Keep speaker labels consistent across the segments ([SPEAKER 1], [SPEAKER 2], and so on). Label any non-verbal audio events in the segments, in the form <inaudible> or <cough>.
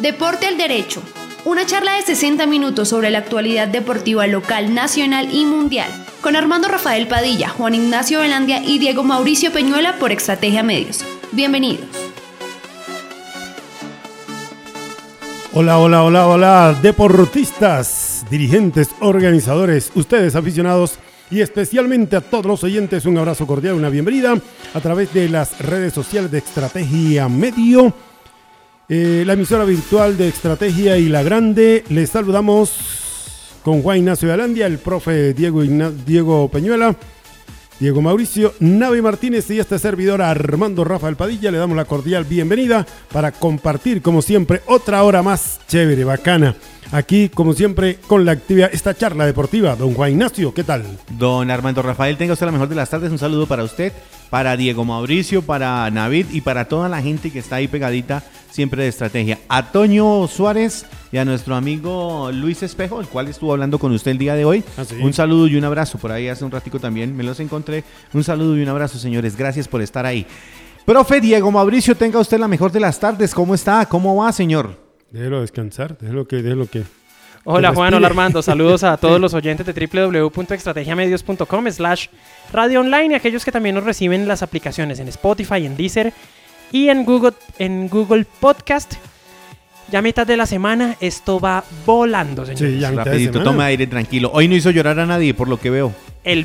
[SPEAKER 1] Deporte al Derecho. Una charla de 60 minutos sobre la actualidad deportiva local, nacional y mundial, con Armando Rafael Padilla, Juan Ignacio Velandia y Diego Mauricio Peñuela por Estrategia Medios. Bienvenidos.
[SPEAKER 2] Hola, hola, hola, hola, deportistas, dirigentes, organizadores, ustedes aficionados y especialmente a todos los oyentes un abrazo cordial, una bienvenida a través de las redes sociales de Estrategia Medio, eh, la emisora virtual de Estrategia y La Grande. Les saludamos con Juan Ignacio de Alandia, el profe Diego, Igna Diego Peñuela, Diego Mauricio, Nave Martínez y este servidor Armando Rafael Padilla. Le damos la cordial bienvenida para compartir, como siempre, otra hora más chévere, bacana aquí, como siempre, con la actividad, esta charla deportiva. Don Juan Ignacio, ¿qué tal?
[SPEAKER 3] Don Armando Rafael, tenga usted la mejor de las tardes. Un saludo para usted, para Diego Mauricio, para Navid y para toda la gente que está ahí pegadita siempre de estrategia. A Toño Suárez y a nuestro amigo Luis Espejo, el cual estuvo hablando con usted el día de hoy.
[SPEAKER 2] Ah, sí.
[SPEAKER 3] Un saludo y un abrazo. Por ahí hace un ratico también me los encontré. Un saludo y un abrazo, señores. Gracias por estar ahí. Profe Diego Mauricio, tenga usted la mejor de las tardes. ¿Cómo está? ¿Cómo va, señor?
[SPEAKER 2] Déjelo descansar, déjelo que, déjelo que.
[SPEAKER 4] Hola
[SPEAKER 2] Que
[SPEAKER 4] Juan,
[SPEAKER 2] respire.
[SPEAKER 4] hola Armando, saludos a todos los oyentes de www.estrategiamedios.com slash radio online y aquellos que también nos reciben las aplicaciones en Spotify, en Deezer y en Google, en Google Podcast. Ya a mitad de la semana esto va volando, señor.
[SPEAKER 2] Sí, ya mitad de
[SPEAKER 3] Rapidito,
[SPEAKER 2] semana.
[SPEAKER 3] toma aire tranquilo. Hoy no hizo llorar a nadie, por lo que veo.
[SPEAKER 4] El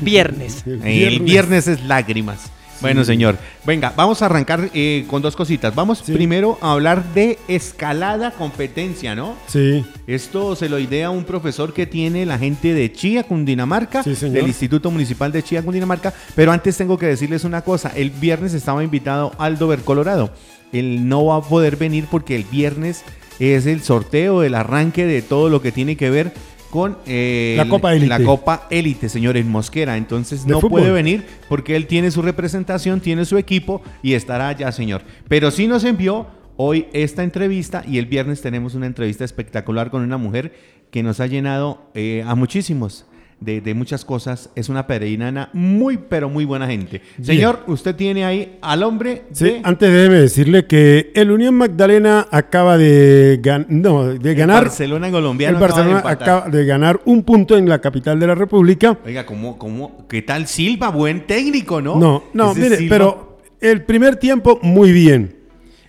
[SPEAKER 2] <laughs>
[SPEAKER 4] viernes.
[SPEAKER 2] El
[SPEAKER 3] El Eh, viernes es lágrimas. Bueno, señor. Venga, vamos a arrancar eh, con dos cositas. Vamos
[SPEAKER 2] Sí.
[SPEAKER 3] primero a hablar de escalada competencia, ¿no?
[SPEAKER 2] <laughs> Sí,
[SPEAKER 3] Esto se lo idea un profesor que tiene la gente de Chía, Cundinamarca,
[SPEAKER 2] Sí, señor.
[SPEAKER 3] del Instituto Municipal de Chía, Cundinamarca. Pero antes tengo que decirles una cosa. El viernes estaba invitado Aldo Ver Colorado. Él no va a poder venir porque el viernes es el sorteo, el arranque de todo lo que tiene que ver con eh,
[SPEAKER 2] La
[SPEAKER 3] el-
[SPEAKER 2] Copa Élite.
[SPEAKER 3] la Copa Élite, señor, en Mosquera. Entonces
[SPEAKER 2] De
[SPEAKER 3] no
[SPEAKER 2] fútbol.
[SPEAKER 3] puede venir porque él tiene su representación, tiene su equipo y estará allá, señor. Pero sí nos envió hoy esta entrevista y el viernes tenemos una entrevista espectacular con una mujer que nos ha llenado eh, a muchísimos. De, de muchas cosas, es una peregrina muy, pero muy buena gente. Señor, usted tiene ahí al hombre
[SPEAKER 2] sí.
[SPEAKER 3] de
[SPEAKER 2] Antes déjeme decirle que el Unión Magdalena acaba de, gan- no, de ganar.
[SPEAKER 3] Barcelona colombiano.
[SPEAKER 2] el
[SPEAKER 3] acaba de
[SPEAKER 2] Barcelona
[SPEAKER 3] empatar.
[SPEAKER 2] acaba de ganar un punto en la capital de la República.
[SPEAKER 3] Oiga, ¿cómo, cómo, ¿qué tal Silva? Buen técnico, ¿no?
[SPEAKER 2] No, no,
[SPEAKER 3] Ese
[SPEAKER 2] mire,
[SPEAKER 3] Silva-
[SPEAKER 2] pero el primer tiempo muy bien.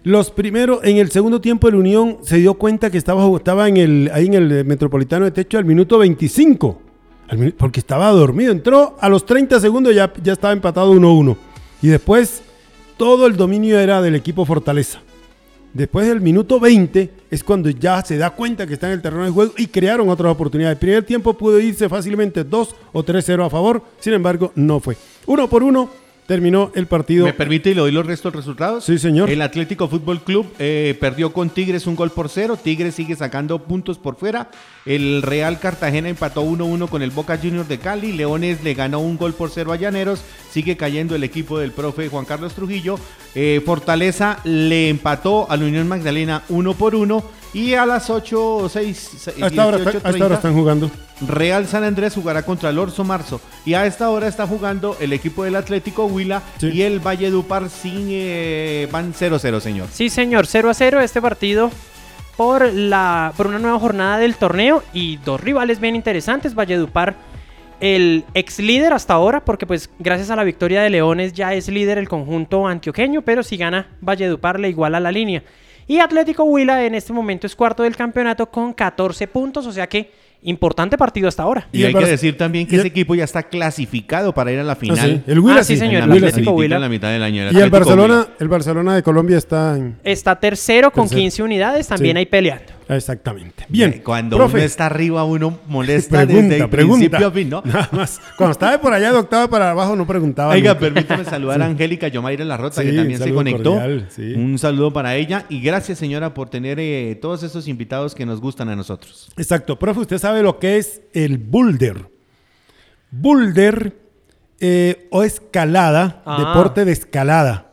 [SPEAKER 2] Los primeros, en el segundo tiempo el Unión se dio cuenta que estaba, jug- estaba en el, ahí en el eh, Metropolitano de Techo al minuto 25, al minu- porque estaba dormido. Entró a los 30 segundos ya, ya estaba empatado 1-1. Y después todo el dominio era del equipo Fortaleza. Después del minuto 20 es cuando ya se da cuenta que está en el terreno de juego y crearon otras oportunidades. El primer tiempo pudo irse fácilmente 2 o 3-0 a favor, sin embargo, no fue. Uno por uno terminó el partido.
[SPEAKER 3] ¿Me permite y le doy los restos de resultados?
[SPEAKER 2] Sí, señor.
[SPEAKER 3] El Atlético Fútbol Club eh, perdió con Tigres un gol por cero. Tigres sigue sacando puntos por fuera. El Real Cartagena empató 1-1 con el Boca Juniors de Cali. Leones le ganó un gol por cero a Llaneros. Sigue cayendo el equipo del profe Juan Carlos Trujillo. Eh, Fortaleza le empató a la Unión Magdalena 1 por 1. Y a las 8 o 6,
[SPEAKER 2] A esta hora, está- a esta hora están jugando.
[SPEAKER 3] Real San Andrés jugará contra el Orso Marzo. Y a esta hora está jugando el equipo del Atlético Huila
[SPEAKER 2] Sí.
[SPEAKER 3] y el Valledupar sin eh, van 0-0, señor.
[SPEAKER 4] Sí, señor, 0 a 0 este partido por, la, por una nueva jornada del torneo y dos rivales bien interesantes, Valledupar, el ex líder hasta ahora, porque pues gracias a la victoria de Leones ya es líder el conjunto antioqueño, pero si gana Valledupar le iguala la línea. Y Atlético Huila en este momento es cuarto del campeonato con 14 puntos, o sea que importante partido hasta ahora.
[SPEAKER 3] Y,
[SPEAKER 2] Y el
[SPEAKER 3] hay
[SPEAKER 2] Bar-
[SPEAKER 3] que decir también que
[SPEAKER 2] y el-
[SPEAKER 3] ese equipo ya está clasificado para ir a la final.
[SPEAKER 2] Ah, sí. El Huila
[SPEAKER 4] Ah, sí,
[SPEAKER 2] sí.
[SPEAKER 4] señor,
[SPEAKER 3] En
[SPEAKER 4] el
[SPEAKER 3] la
[SPEAKER 2] Huila
[SPEAKER 4] Atlético
[SPEAKER 2] sí.
[SPEAKER 3] clasificita
[SPEAKER 4] Huila.
[SPEAKER 3] en la mitad del año.
[SPEAKER 2] Y el
[SPEAKER 3] Atlético
[SPEAKER 2] Barcelona, el Barcelona de Colombia está en-
[SPEAKER 4] Está tercero con
[SPEAKER 2] Tercero.
[SPEAKER 4] 15 unidades, también
[SPEAKER 2] Sí.
[SPEAKER 4] ahí peleando.
[SPEAKER 2] ah, exactamente. Bien.
[SPEAKER 3] Eh, Cuando
[SPEAKER 2] profe,
[SPEAKER 3] uno está arriba, uno molesta desde
[SPEAKER 2] pregunta,
[SPEAKER 3] el
[SPEAKER 2] pregunta.
[SPEAKER 3] principio a fin, ¿no?
[SPEAKER 2] Nada más. Cuando estaba de por allá de octava para abajo no preguntaba.
[SPEAKER 3] Oiga,
[SPEAKER 2] nunca.
[SPEAKER 3] permítame saludar a Angélica Yomaira
[SPEAKER 2] Sí,
[SPEAKER 3] Larrota, que
[SPEAKER 2] un
[SPEAKER 3] también se
[SPEAKER 2] saludo
[SPEAKER 3] conectó.
[SPEAKER 2] cordial, sí.
[SPEAKER 3] Un saludo para ella. Y gracias, señora, por tener eh, todos esos invitados que nos gustan a nosotros.
[SPEAKER 2] Exacto, profe, usted sabe lo que es el boulder. Boulder eh, o escalada,
[SPEAKER 4] Ah.
[SPEAKER 2] deporte de escalada,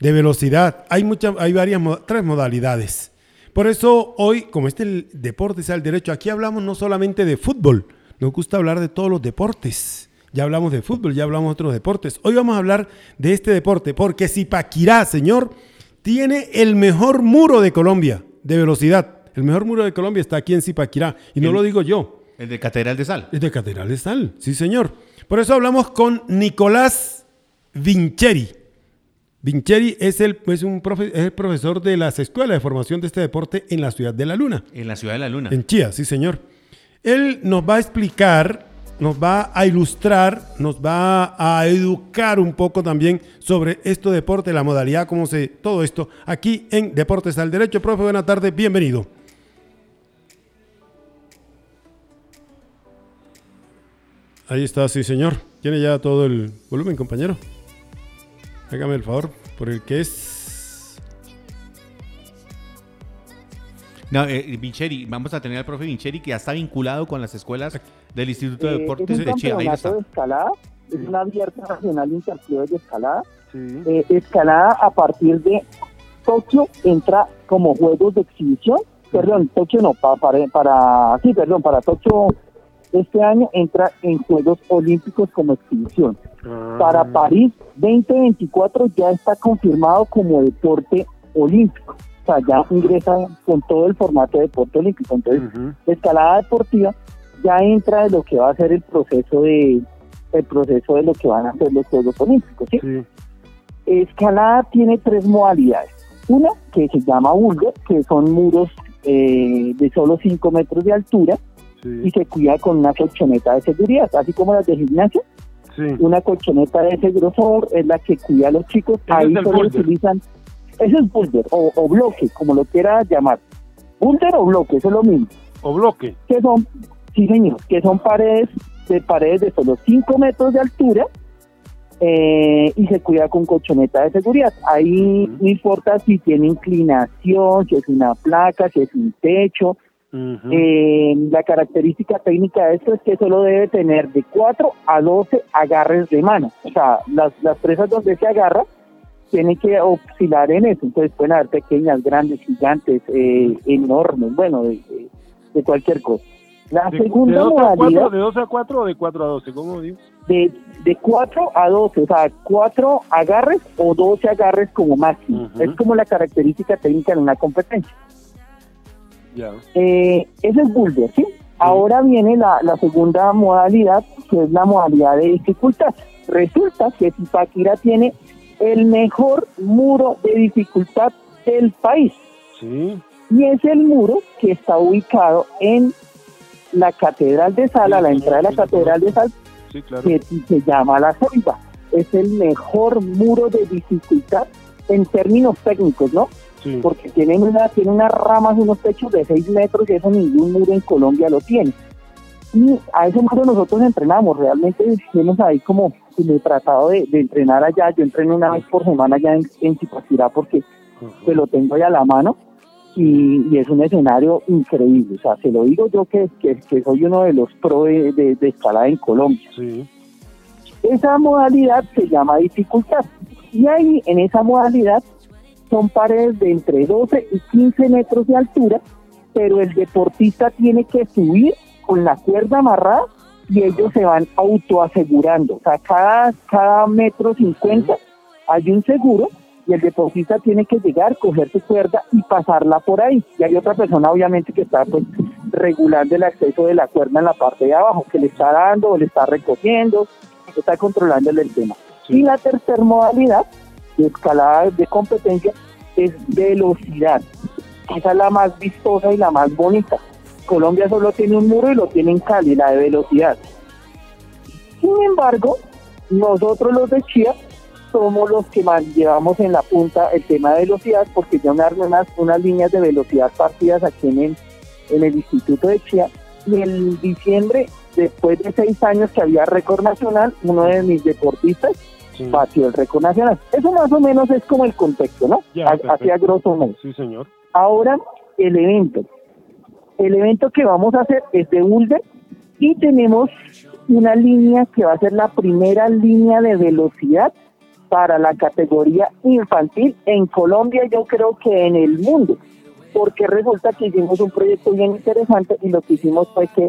[SPEAKER 2] de velocidad. Hay muchas, hay varias, mo- tres modalidades. Por eso hoy, como este el deporte es al derecho, aquí hablamos no solamente de fútbol, nos gusta hablar de todos los deportes. Ya hablamos de fútbol, ya hablamos de otros deportes. Hoy vamos a hablar de este deporte, porque Zipaquirá, señor, tiene el mejor muro de Colombia, de velocidad. El mejor muro de Colombia está aquí en Zipaquirá. Y no
[SPEAKER 3] El-
[SPEAKER 2] lo digo yo,
[SPEAKER 3] El de Catedral de Sal.
[SPEAKER 2] es de Catedral de Sal. Sí, señor. Por eso hablamos con Nicolás Vincheri. Vincheri es, el, es un profe- es el profesor de las escuelas de formación de este deporte en la ciudad de La Luna.
[SPEAKER 3] En la Ciudad de la Luna.
[SPEAKER 2] En Chía, sí, señor. Él nos va a explicar, nos va a ilustrar, nos va a educar un poco también sobre esto deporte, la modalidad, cómo se, todo esto, aquí en Deportes al Derecho. Profe, buena tarde, bienvenido. Ahí está, sí, señor. Tiene ya todo el volumen, compañero. Hágame el favor, por el que es.
[SPEAKER 3] No, eh, Vincheri, vamos a tener al profe Vincheri que ya está vinculado con las escuelas del Instituto de
[SPEAKER 5] Eh,
[SPEAKER 3] Deportes
[SPEAKER 5] es
[SPEAKER 3] de
[SPEAKER 5] un
[SPEAKER 3] Chía. Ahí
[SPEAKER 5] campeonato
[SPEAKER 3] está.
[SPEAKER 5] de escalada, es una abierta nacional interclubes de escalada.
[SPEAKER 6] Sí.
[SPEAKER 5] Eh, escalada a partir de Tokio entra como juegos de exhibición. Perdón, Tokio no, pa- para, para sí, perdón, para Tokio este año entra en Juegos Olímpicos como exhibición. Para
[SPEAKER 6] Ah,
[SPEAKER 5] París 2024 ya está confirmado como deporte olímpico. O sea, ya ingresa con todo el formato de deporte olímpico. Entonces,
[SPEAKER 6] ujú.
[SPEAKER 5] la escalada deportiva ya entra de lo que va a ser el proceso de el proceso de lo que van a ser los Juegos Olímpicos. ¿sí?
[SPEAKER 6] Sí.
[SPEAKER 5] Escalada tiene tres modalidades. Una que se llama vulgar, que son muros eh, de solo 5 metros de altura y
[SPEAKER 6] Sí.
[SPEAKER 5] se cuida con una colchoneta de seguridad, así como las de gimnasia.
[SPEAKER 6] Sí.
[SPEAKER 5] Una colchoneta de ese grosor es la que cuida a los chicos.
[SPEAKER 6] Ese
[SPEAKER 5] Ahí
[SPEAKER 6] es el
[SPEAKER 5] solo
[SPEAKER 6] boulder.
[SPEAKER 5] utilizan. Eso es boulder o, o bloque, como lo quiera llamar. Boulder o bloque, eso es lo mismo
[SPEAKER 6] O bloque.
[SPEAKER 5] que son, sí señor, que son paredes de paredes de solo 5 metros de altura eh, y se cuida con colchoneta de seguridad. Ahí
[SPEAKER 6] Ujú.
[SPEAKER 5] no importa si tiene inclinación, si es una placa, si es un techo.
[SPEAKER 6] Ujú.
[SPEAKER 5] Eh, la característica técnica de esto es que solo debe tener de 4 a 12 agarres de mano. O sea, las, las presas donde se agarra tienen que oscilar en eso. Entonces pueden haber pequeñas, grandes, gigantes, eh, enormes, bueno, de, de- de cualquier cosa. La
[SPEAKER 6] De-
[SPEAKER 5] segunda
[SPEAKER 6] de 12 a
[SPEAKER 5] modalidad
[SPEAKER 6] 4, ¿De 12 a 4 o de 4 a 12? ¿Cómo digo?
[SPEAKER 5] de, de 4 a 12, o sea, 4 agarres o 12 agarres como máximo.
[SPEAKER 6] Ujú.
[SPEAKER 5] Es como la característica técnica en una competencia.
[SPEAKER 6] Ya.
[SPEAKER 5] Eh, ese es boulder, ¿sí? Ahora viene la, la segunda modalidad, que es la modalidad de dificultad. Resulta que Zipaquira tiene el mejor muro de dificultad del país.
[SPEAKER 6] Sí.
[SPEAKER 5] Y es el muro que está ubicado en la Catedral de Sal, a la entrada de la Catedral de Sal,
[SPEAKER 6] Sí, claro.
[SPEAKER 5] que se llama La Selva. Es el mejor muro de dificultad en términos técnicos, ¿no?
[SPEAKER 6] Sí.
[SPEAKER 5] porque tienen una, tienen unas ramas, unos techos de 6 metros y eso ningún muro en Colombia lo tiene. Y a ese muro nosotros entrenamos, realmente hemos ahí como, como tratado de, de entrenar allá, yo entreno una vez por semana allá en, en Zipaquirá porque
[SPEAKER 6] Ujú.
[SPEAKER 5] pues lo tengo ahí a la mano y, y es un escenario increíble, o sea, se lo digo yo que, que, que soy uno de los pro de, de- de escalada en Colombia.
[SPEAKER 6] Sí.
[SPEAKER 5] Esa modalidad se llama dificultad. Y ahí, en esa modalidad, son paredes de entre 12 y 15 metros de altura, pero el deportista tiene que subir con la cuerda amarrada y ellos se van autoasegurando. O sea, cada, cada metro 50 hay un seguro y el deportista tiene que llegar, coger su cuerda y pasarla por ahí. Y hay otra persona, obviamente, que está pues, regulando el acceso de la cuerda en la parte de abajo, que le está dando o le está recogiendo, que está controlando el tema.
[SPEAKER 6] Sí.
[SPEAKER 5] Y la tercera modalidad de escalada de competencia es velocidad. Esa es la más vistosa y la más bonita. Colombia solo tiene un muro y lo tiene en Cali, la de velocidad. Sin embargo, nosotros los de Chía somos los que más llevamos en la punta el tema de velocidad porque yo me armé unas, unas líneas de velocidad partidas aquí en el, en el Instituto de Chía y en diciembre, después de seis años que había récord nacional, uno de mis deportistas
[SPEAKER 6] Sí.
[SPEAKER 5] batió el récord nacional. Eso más o menos es como el contexto, ¿no?
[SPEAKER 6] Ya,
[SPEAKER 5] A-
[SPEAKER 6] perfecto.
[SPEAKER 5] Así a grosso modo.
[SPEAKER 6] Sí, señor.
[SPEAKER 5] Ahora, el evento. El evento que vamos a hacer es de Boulder y tenemos una línea que va a ser la primera línea de velocidad para la categoría infantil en Colombia, yo creo que en el mundo, porque resulta que hicimos un proyecto bien interesante y lo que hicimos fue que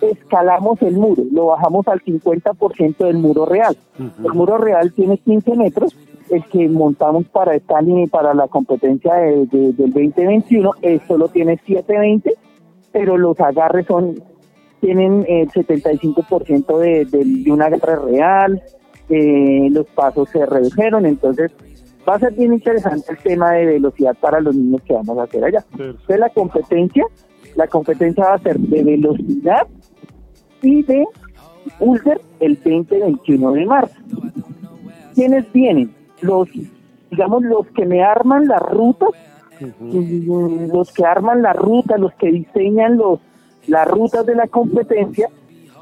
[SPEAKER 5] escalamos el muro, lo bajamos al 50% del muro real. El
[SPEAKER 6] Ujú.
[SPEAKER 5] muro real tiene 15 metros el que montamos para esta línea y para la competencia de- de- del 2021, eh, solo tiene 720, pero los agarres son tienen eh, el 75% de, de, de un agarre real, eh, los pasos se redujeron, entonces va a ser bien interesante el tema de velocidad para los niños que vamos a hacer allá.
[SPEAKER 6] Perfecto.
[SPEAKER 5] Entonces la competencia, la competencia va a ser de velocidad y de Ulster el 20-21 de marzo. ¿Quiénes vienen? Los, digamos, los que me arman las rutas, mm, los que arman la ruta, los que diseñan los las rutas de la competencia,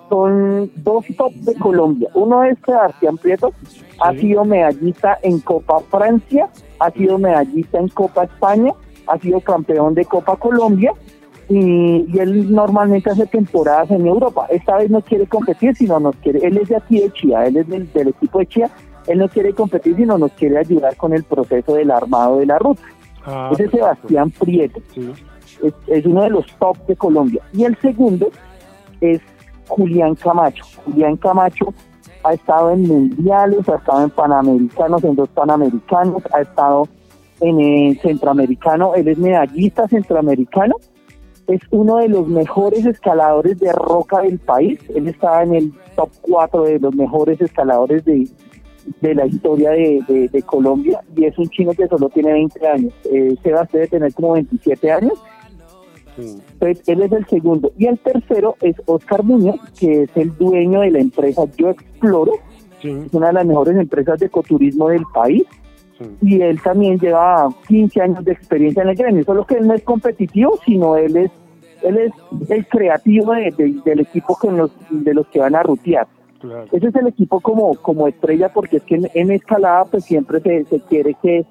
[SPEAKER 5] son dos top de Colombia. Uno es Sebastián Prieto, ha sido medallista en Copa Francia, ha sido medallista en Copa España, ha sido campeón de Copa Colombia y, y él normalmente hace temporadas en Europa. Esta vez no quiere competir, sino nos quiere. Él es de aquí de Chía, él es del, del equipo de Chía. Él no quiere competir, sino nos quiere ayudar con el proceso del armado de la ruta.
[SPEAKER 6] Ah,
[SPEAKER 5] Ese es
[SPEAKER 6] perfecto.
[SPEAKER 5] Sebastián Prieto
[SPEAKER 6] Sí.
[SPEAKER 5] es, es uno de los top de Colombia. Y el segundo es Julián Camacho. Julián Camacho ha estado en mundiales, ha estado en panamericanos, en dos panamericanos, ha estado en el centroamericano, él es medallista centroamericano, es uno de los mejores escaladores de roca del país, él estaba en el top 4 de los mejores escaladores de, de la historia de, de- de Colombia y es un chino que solo tiene 20 años, eh, Sebas debe tener como 27 años
[SPEAKER 6] Sí.
[SPEAKER 5] entonces, él es el segundo. Y el tercero es Oscar Muñoz, que es el dueño de la empresa Yo Exploro,
[SPEAKER 6] Sí.
[SPEAKER 5] es una de las mejores empresas de ecoturismo del país.
[SPEAKER 6] Sí.
[SPEAKER 5] Y él también lleva 15 años de experiencia en el gremio. Solo que él no es competitivo, sino él es él es el creativo de- de- del equipo con los, de los que van a rutear.
[SPEAKER 6] Claro.
[SPEAKER 5] Ese es el equipo como, como estrella, porque es que en, en escalada pues siempre se, se quiere que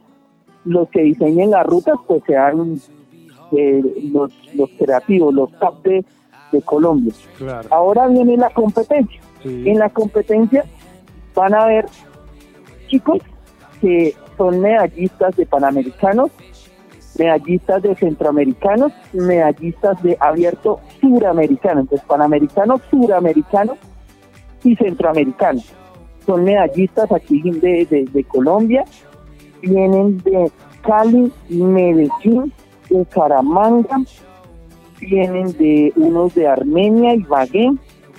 [SPEAKER 5] los que diseñen las rutas pues sean eh, los, los creativos, los top de, de Colombia.
[SPEAKER 6] Claro.
[SPEAKER 5] Ahora viene la competencia.
[SPEAKER 6] Sí.
[SPEAKER 5] En la competencia van a ver chicos que son medallistas de Panamericanos, medallistas de Centroamericanos, medallistas de abierto suramericano, entonces Panamericano, Suramericano y Centroamericano. Son medallistas aquí de, de- de Colombia, vienen de Cali, Medellín, Bucaramanga, vienen de unos de Armenia, Ibagué,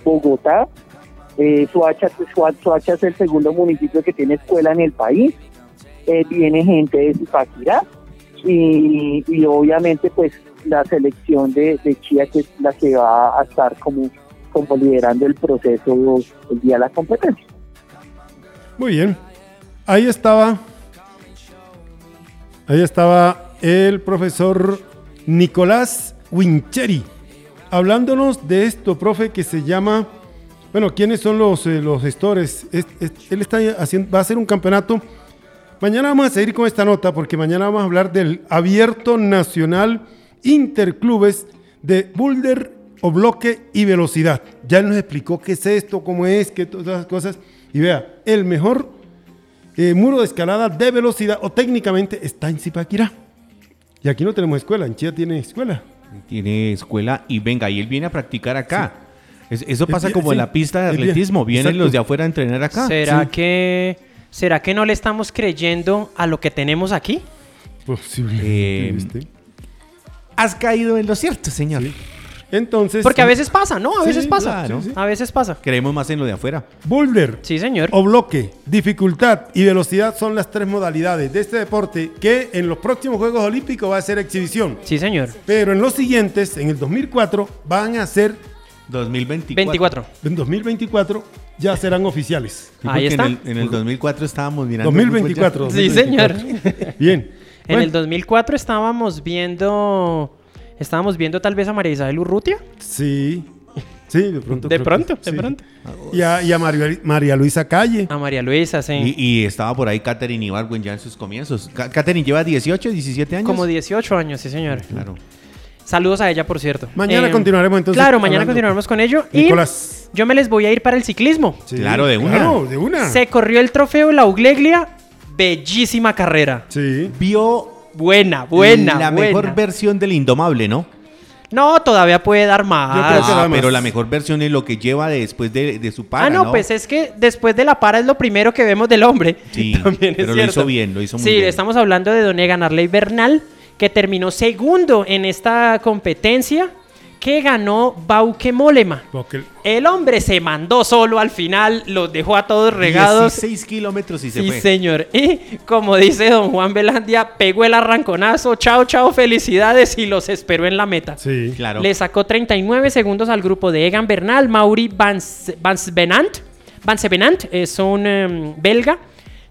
[SPEAKER 5] Bogotá, eh, Soacha, Soa- Soacha es el segundo municipio que tiene escuela en el país. Eh, viene gente de Zipaquirá y, y obviamente pues la selección de, de Chía que es la que va a estar como, como liderando el proceso el día de la competencia.
[SPEAKER 2] Muy bien. Ahí estaba. Ahí estaba el profesor Nicolás Wincheri hablándonos de esto, profe, que se llama. Bueno, ¿quiénes son los, eh, los gestores? Es- es- él está haciendo, va a hacer un campeonato. Mañana vamos a seguir con esta nota porque mañana vamos a hablar del Abierto Nacional Interclubes de Boulder o Bloque y Velocidad. Ya él nos explicó qué es esto, cómo es, qué todas esas cosas. Y vea, el mejor eh, muro de escalada de velocidad o técnicamente está en Zipaquirá. Y aquí no tenemos escuela, en Chía tiene escuela.
[SPEAKER 3] Tiene escuela y venga, y él viene a practicar acá. Es- eso
[SPEAKER 2] Él
[SPEAKER 3] pasa
[SPEAKER 2] vie-
[SPEAKER 3] como
[SPEAKER 2] sí,
[SPEAKER 3] en la pista de
[SPEAKER 2] él vie-
[SPEAKER 3] atletismo. Vienen
[SPEAKER 2] exacto.
[SPEAKER 3] los de afuera a entrenar
[SPEAKER 2] Ah,
[SPEAKER 3] acá.
[SPEAKER 4] ¿Será,
[SPEAKER 3] Sí.
[SPEAKER 4] que, ¿Será que no le estamos creyendo a lo que tenemos aquí?
[SPEAKER 2] Posiblemente,
[SPEAKER 3] Eh,
[SPEAKER 2] ¿viste?
[SPEAKER 3] Has caído en lo cierto, señor.
[SPEAKER 2] Entonces.
[SPEAKER 4] Porque a veces pasa, ¿no? A
[SPEAKER 2] Sí,
[SPEAKER 4] veces pasa.
[SPEAKER 3] claro.
[SPEAKER 4] A veces pasa.
[SPEAKER 3] Creemos más en lo de afuera.
[SPEAKER 2] Boulder.
[SPEAKER 4] Sí, señor.
[SPEAKER 2] o bloque, dificultad y velocidad son las tres modalidades de este deporte que en los próximos Juegos Olímpicos va a ser exhibición.
[SPEAKER 4] Sí, señor.
[SPEAKER 2] Pero en los siguientes, en el 2004, van a ser,
[SPEAKER 3] 2024.
[SPEAKER 4] 24.
[SPEAKER 2] en 2024, ya serán oficiales.
[SPEAKER 3] Sí,
[SPEAKER 4] Ahí
[SPEAKER 3] porque
[SPEAKER 4] está.
[SPEAKER 3] En el, en el 2004 estábamos mirando.
[SPEAKER 2] 2024.
[SPEAKER 4] Sí, señor. en
[SPEAKER 2] <laughs> Bien. Bueno,
[SPEAKER 4] el 2004 estábamos viendo... Estábamos viendo tal vez a María Isabel Urrutia.
[SPEAKER 2] Sí. Sí, de pronto.
[SPEAKER 4] De
[SPEAKER 2] creo que
[SPEAKER 4] pronto, de
[SPEAKER 2] sí.
[SPEAKER 4] pronto. Ah.
[SPEAKER 2] Y a, y a María, María Luisa Calle.
[SPEAKER 4] A María Luisa,
[SPEAKER 3] Y,
[SPEAKER 4] sí.
[SPEAKER 3] y estaba por ahí Katherine Ibargüen ya en sus comienzos. Ca- Katherine lleva 18, 17 años.
[SPEAKER 4] Como 18 años, sí, señor.
[SPEAKER 3] Claro.
[SPEAKER 4] Saludos a ella, por cierto. Em,
[SPEAKER 2] Mañana continuaremos, entonces,
[SPEAKER 4] Claro, mañana
[SPEAKER 2] hablando.
[SPEAKER 4] continuaremos con ello.
[SPEAKER 2] Nicolás.
[SPEAKER 4] Y yo me les voy a ir para el ciclismo.
[SPEAKER 2] Sí,
[SPEAKER 3] Claro, de una.
[SPEAKER 2] Claro, de una.
[SPEAKER 4] Se corrió el trofeo La Ugleglia. Bellísima carrera.
[SPEAKER 2] Sí.
[SPEAKER 3] Vio
[SPEAKER 4] Buena, buena.
[SPEAKER 3] la
[SPEAKER 4] buena.
[SPEAKER 3] mejor versión del Indomable, ¿no?
[SPEAKER 4] No, todavía puede dar más.
[SPEAKER 2] Yo creo que
[SPEAKER 3] Ah,
[SPEAKER 2] da más.
[SPEAKER 3] pero la mejor versión es lo que lleva de- después de, de su para,
[SPEAKER 4] ah, no, pues es que después de la para es lo primero que vemos del hombre.
[SPEAKER 3] Sí,
[SPEAKER 4] <laughs> También es
[SPEAKER 3] pero lo
[SPEAKER 4] cierto.
[SPEAKER 3] hizo bien, lo hizo muy
[SPEAKER 4] sí,
[SPEAKER 3] bien.
[SPEAKER 4] estamos hablando de Donegan Arley Bernal, que terminó segundo en esta competencia, que ganó Bauke Molema.
[SPEAKER 2] Porque el-
[SPEAKER 4] El hombre se mandó solo al final, los dejó a todos regados.
[SPEAKER 3] 16 kilómetros y se
[SPEAKER 4] Sí,
[SPEAKER 3] fue.
[SPEAKER 4] señor. Y como dice don Juan Belandia, pegó el arranconazo, chao, chao, felicidades y los esperó en la meta.
[SPEAKER 2] Sí.
[SPEAKER 3] Claro.
[SPEAKER 4] Le sacó 39 segundos al grupo de Egan Bernal, Mauri Vans- Vansvenant. Vansvenant es un em, belga.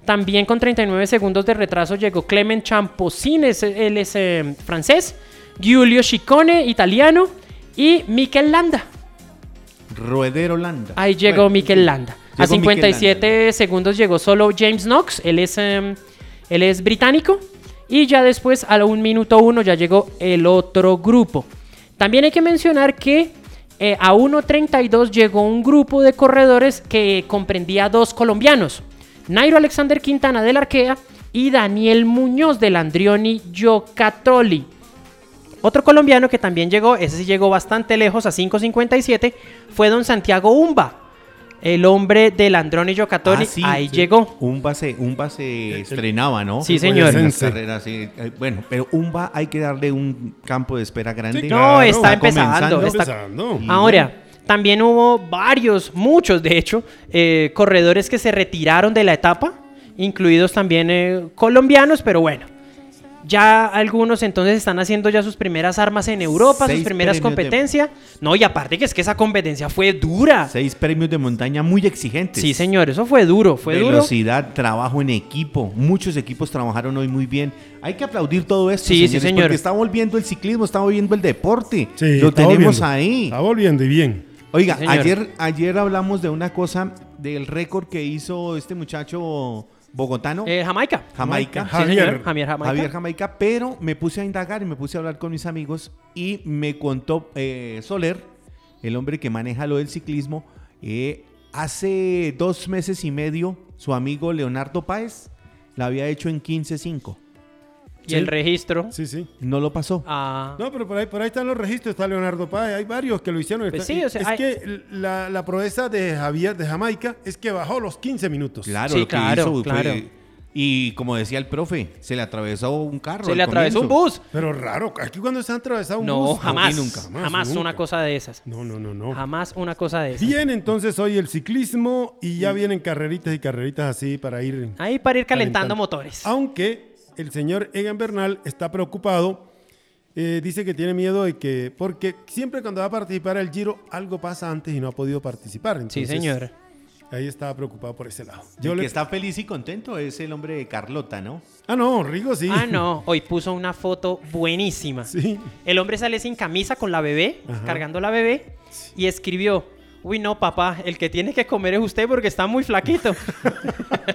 [SPEAKER 4] También con 39 segundos de retraso llegó Clement Champosin, es- él es em, francés. Giulio Ciccone, italiano. Y Mikel Landa.
[SPEAKER 3] Rueder Holanda.
[SPEAKER 4] Ahí llegó
[SPEAKER 3] Bueno, ah,
[SPEAKER 4] Mikel Landa.
[SPEAKER 3] llegó
[SPEAKER 4] a 57
[SPEAKER 3] Mikel
[SPEAKER 4] segundos llegó solo James Knox, él es, em, él es británico. Y ya después, a un minuto uno, ya llegó el otro grupo. También hay que mencionar que eh, a 1.32 llegó un grupo de corredores que comprendía dos colombianos. Nairo Alexander Quintana del Arquea y Daniel Muñoz del Andrioni Giocatroli. Otro colombiano que también llegó, ese sí llegó bastante lejos, a 5.57, fue don Santiago Umba, el hombre del Andrón y Yocatori.
[SPEAKER 3] Ah, sí,
[SPEAKER 4] Ahí
[SPEAKER 3] sí.
[SPEAKER 4] llegó.
[SPEAKER 3] Umba se, Umba se estrenaba, ¿no?
[SPEAKER 4] Sí, señor.
[SPEAKER 3] En las
[SPEAKER 2] Sí.
[SPEAKER 3] carreras, sí. Eh, Bueno, pero Umba hay que darle un campo de espera grande.
[SPEAKER 2] Sí,
[SPEAKER 4] No,
[SPEAKER 2] claro,
[SPEAKER 4] está,
[SPEAKER 3] está
[SPEAKER 4] empezando.
[SPEAKER 3] comenzando.
[SPEAKER 4] está-
[SPEAKER 2] Empezando.
[SPEAKER 4] Ahora, también hubo varios, muchos de hecho, eh, corredores que se retiraron de la etapa, incluidos también eh, colombianos, pero bueno. Ya algunos entonces están haciendo ya sus primeras armas en Europa, sus
[SPEAKER 3] Seis premios
[SPEAKER 4] primeras
[SPEAKER 3] de-
[SPEAKER 4] competencias. No, y aparte que es que esa competencia fue dura.
[SPEAKER 3] Seis premios de montaña muy exigentes.
[SPEAKER 4] Sí, señor, eso fue duro, fue duro.
[SPEAKER 3] Velocidad, trabajo en equipo. Muchos equipos trabajaron hoy muy bien. Hay que aplaudir todo esto,
[SPEAKER 4] Sí, sí,
[SPEAKER 3] señores,
[SPEAKER 4] señor.
[SPEAKER 3] porque está volviendo el ciclismo, está volviendo el deporte.
[SPEAKER 2] Sí,
[SPEAKER 3] Lo
[SPEAKER 2] está
[SPEAKER 3] tenemos
[SPEAKER 2] volviendo.
[SPEAKER 3] ahí.
[SPEAKER 2] Está volviendo y bien.
[SPEAKER 3] Oiga,
[SPEAKER 4] señor.
[SPEAKER 3] ayer, ayer hablamos de una cosa, del récord que hizo este muchacho bogotano,
[SPEAKER 4] Eh, Jamaica.
[SPEAKER 3] Jamaica.
[SPEAKER 4] Sí, señor,
[SPEAKER 2] Javier.
[SPEAKER 4] Javier Jamaica.
[SPEAKER 3] Javier Jamaica, pero me puse a indagar y me puse a hablar con mis amigos y me contó eh, Soler, el hombre que maneja lo del ciclismo, eh, hace dos meses y medio su amigo Leonardo Páez la había hecho en 15.5.
[SPEAKER 4] Y el registro.
[SPEAKER 2] Sí, sí.
[SPEAKER 3] No lo pasó.
[SPEAKER 4] Ah,
[SPEAKER 2] No, pero por ahí, por ahí están los registros, está Leonardo Páez, hay varios que lo hicieron.
[SPEAKER 4] Pues
[SPEAKER 2] Está-
[SPEAKER 4] sí, o sea,
[SPEAKER 2] es
[SPEAKER 4] hay-
[SPEAKER 2] que la, la proeza de Javier de Jamaica es que bajó los 15 minutos.
[SPEAKER 3] Claro,
[SPEAKER 4] pues Sí,
[SPEAKER 3] lo que
[SPEAKER 4] claro,
[SPEAKER 3] hizo fue-
[SPEAKER 4] claro.
[SPEAKER 3] Y como decía el profe, se le atravesó un carro.
[SPEAKER 4] se
[SPEAKER 3] al
[SPEAKER 4] le atravesó un
[SPEAKER 3] comienzo.
[SPEAKER 4] bus.
[SPEAKER 2] Pero raro, aquí cuando se han atravesado un
[SPEAKER 4] No,
[SPEAKER 2] bus,
[SPEAKER 4] jamás,
[SPEAKER 2] y
[SPEAKER 4] nunca, jamás. una
[SPEAKER 2] nunca.
[SPEAKER 4] cosa de esas.
[SPEAKER 2] No, no, no, no.
[SPEAKER 4] Jamás una cosa de esas.
[SPEAKER 2] Bien, entonces hoy el ciclismo y ya vienen carreritas y carreritas así para ir.
[SPEAKER 4] Ahí para ir calentando, motores.
[SPEAKER 2] Ah, Aunque el señor Egan Bernal está preocupado, eh, dice que tiene miedo de que, porque siempre cuando va a participar el Giro algo pasa antes y no ha podido participar.
[SPEAKER 4] sí,
[SPEAKER 2] entonces,
[SPEAKER 4] señor.
[SPEAKER 2] Ahí estaba preocupado por ese lado.
[SPEAKER 3] El
[SPEAKER 2] Yo
[SPEAKER 3] que
[SPEAKER 2] le...
[SPEAKER 3] está feliz y contento es el hombre de Carlota, ¿no?
[SPEAKER 2] Ah, no, Rigo sí.
[SPEAKER 4] Ah, no. Hoy puso una foto
[SPEAKER 2] <laughs>
[SPEAKER 4] buenísima.
[SPEAKER 2] Sí.
[SPEAKER 4] El hombre sale sin camisa con la bebé,
[SPEAKER 2] Ajá.
[SPEAKER 4] cargando la bebé, y escribió. Uy, no, papá, el que tiene que comer es usted porque está muy flaquito.
[SPEAKER 2] <laughs>
[SPEAKER 4] <laughs>